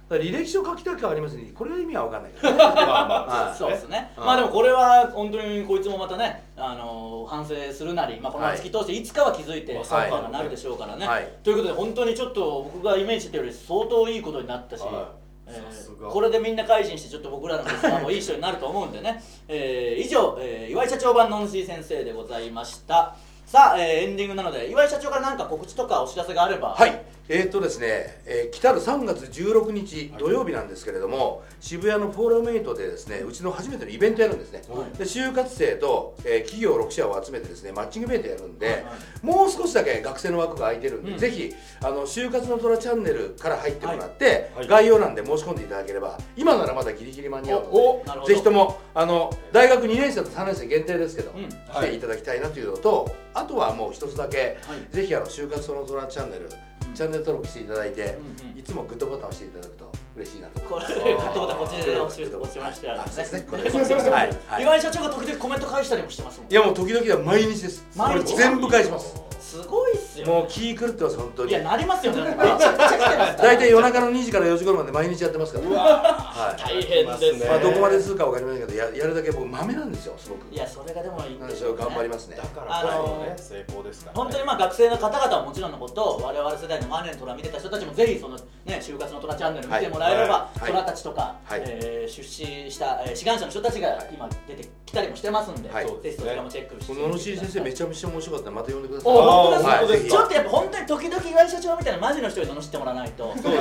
[SPEAKER 4] だから履歴書書きたくはありますねこれは意味は分かんないからね
[SPEAKER 3] まあま
[SPEAKER 4] は
[SPEAKER 3] あ
[SPEAKER 4] い
[SPEAKER 2] そうですね、
[SPEAKER 4] うん
[SPEAKER 2] まあでもこれは本当にこいつもまたね、あのー反省するなり、まあ、このまま突き通していつかは気づいて
[SPEAKER 3] はい
[SPEAKER 2] サッカーがなるでしょうからね、
[SPEAKER 4] はい
[SPEAKER 2] ということで本当にちょっと僕がイメージしてたより相当いいことになったし、
[SPEAKER 3] はい
[SPEAKER 2] えー
[SPEAKER 3] さすが
[SPEAKER 2] これでみんな改心してちょっと僕らのリスナーもいい人になると思うんでね、えー以上、えー岩井社長版のんすい先生でございましたさあ、えーエンディングなので岩井社長から何か告知とかお知らせがあれば
[SPEAKER 4] はいえーっとですね、えー来たる3月16日土曜日なんですけれども、渋谷のフォーラムエイトでですねうちの初めてのイベントやるんですね、
[SPEAKER 2] はい
[SPEAKER 4] で就活生と、えー企業6社を集めてですねマッチングイベントやるんで、
[SPEAKER 2] はい
[SPEAKER 4] もう少しだけ学生の枠が空いてるんで、
[SPEAKER 2] うん
[SPEAKER 4] ぜひあの就活の虎チャンネルから入ってもらって、
[SPEAKER 3] はい
[SPEAKER 4] 概要欄で申し込んでいただければ今ならまだギリギリ間に合う
[SPEAKER 2] おおなるほ
[SPEAKER 4] ので
[SPEAKER 2] ど
[SPEAKER 4] ぜひともあの大学2年生と3年生限定ですけど、
[SPEAKER 2] うん
[SPEAKER 4] 来ていただきたいなというのと、あとはもう一つだけ、
[SPEAKER 2] はい
[SPEAKER 4] ぜひあの就活その虎チャンネル、チャンネル登録していただいて、
[SPEAKER 2] うんうん
[SPEAKER 4] いつもグッドボタンを押していただくと嬉しいなと
[SPEAKER 2] こ
[SPEAKER 4] 思い
[SPEAKER 2] れ
[SPEAKER 4] ま
[SPEAKER 2] カ
[SPEAKER 4] す
[SPEAKER 2] ットボタンこっちで押し押しましたよ
[SPEAKER 4] あそうですねこれはいはい
[SPEAKER 2] 岩井社長が時々コメント返したりもしてますもん
[SPEAKER 4] いやもう時々は毎日です
[SPEAKER 2] 毎日
[SPEAKER 4] 全部返します
[SPEAKER 2] すごいっすよ
[SPEAKER 4] もう気狂ってます本当
[SPEAKER 2] い
[SPEAKER 4] に
[SPEAKER 2] やなりますよねだってめちゃくちゃ来てますから
[SPEAKER 4] 大体夜中の2時から4時頃まで毎日やってますから、は
[SPEAKER 2] 大変です
[SPEAKER 4] い
[SPEAKER 2] ね
[SPEAKER 4] まあ、どこまで続くかわかりませんけどややるだけ僕マメなんですよすごく
[SPEAKER 2] いやそれがでもいいん
[SPEAKER 4] なん
[SPEAKER 2] で
[SPEAKER 4] で
[SPEAKER 2] し
[SPEAKER 4] し
[SPEAKER 2] ょ
[SPEAKER 4] ょ
[SPEAKER 2] う
[SPEAKER 4] う
[SPEAKER 2] ね
[SPEAKER 4] 頑張りますね
[SPEAKER 3] だからこその
[SPEAKER 2] あの
[SPEAKER 3] ね成功ですからね
[SPEAKER 2] 本当にまあ学生の方々はもちろんのこと我々世代のマネーの虎見てた人たちもぜひそのね就活の虎チャンネル見てもらえれば
[SPEAKER 4] はいはい
[SPEAKER 2] 虎たちとか
[SPEAKER 4] はい
[SPEAKER 2] えー出資したえー志願者の人たちが今出てきたりもしてますんで
[SPEAKER 4] はい
[SPEAKER 2] テストとかもチェックして
[SPEAKER 4] こ
[SPEAKER 2] み
[SPEAKER 4] の
[SPEAKER 2] てくだ
[SPEAKER 4] 野しい
[SPEAKER 2] さい
[SPEAKER 4] 先生めちゃめちゃ面白かったんでまた呼んでください
[SPEAKER 2] お本
[SPEAKER 3] あー
[SPEAKER 2] 当
[SPEAKER 4] は
[SPEAKER 2] です
[SPEAKER 4] いぜ
[SPEAKER 2] か
[SPEAKER 4] ひ
[SPEAKER 2] ちょっとやっぱ本当に時々岩井社長みたいなマジの人に罵ってもらわないとこのコー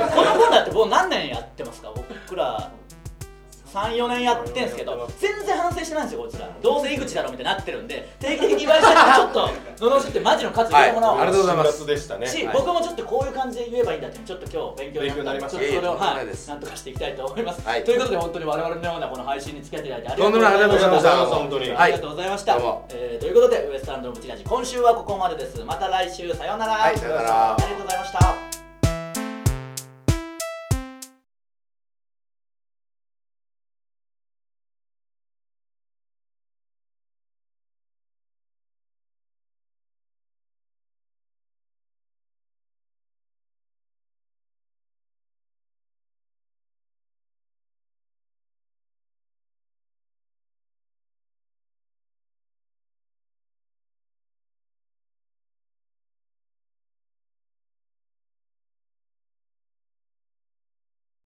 [SPEAKER 2] ナーって僕何年やってますか僕ら34年やってんすけど全然反省してないんですよこいつらどうせ井口だろみたいになってるんで定期的に岩井社長にちょっと罵ってマジの数入れてもらおう、
[SPEAKER 4] はいありがとうございます
[SPEAKER 3] 辛辣でしたね
[SPEAKER 2] し、
[SPEAKER 4] はい
[SPEAKER 2] 僕もちょっとこういう感じで言えばいいんだっていうのをちょっと今日勉強になったんで
[SPEAKER 4] 勉強になりました
[SPEAKER 2] ちょっとそれを、
[SPEAKER 4] いえいえとんでも
[SPEAKER 2] は
[SPEAKER 4] ない
[SPEAKER 2] い、
[SPEAKER 4] です
[SPEAKER 2] なんとかしていきたいと思います、
[SPEAKER 4] はい
[SPEAKER 2] ということで本当に我々のようなこの配信に付き合っていただいてありが
[SPEAKER 4] と
[SPEAKER 2] と
[SPEAKER 4] ん
[SPEAKER 2] う
[SPEAKER 4] で
[SPEAKER 2] ご
[SPEAKER 4] も
[SPEAKER 2] ざ
[SPEAKER 4] ないいありがとうございまし
[SPEAKER 3] あり
[SPEAKER 4] た
[SPEAKER 3] がとうご
[SPEAKER 2] ありがとうございました、
[SPEAKER 3] ざいました
[SPEAKER 4] どうも
[SPEAKER 2] えーということでウエストランドのブチラジ今週はここまでですまた来週さようなら、
[SPEAKER 4] はいさようなら
[SPEAKER 2] ありがとうございました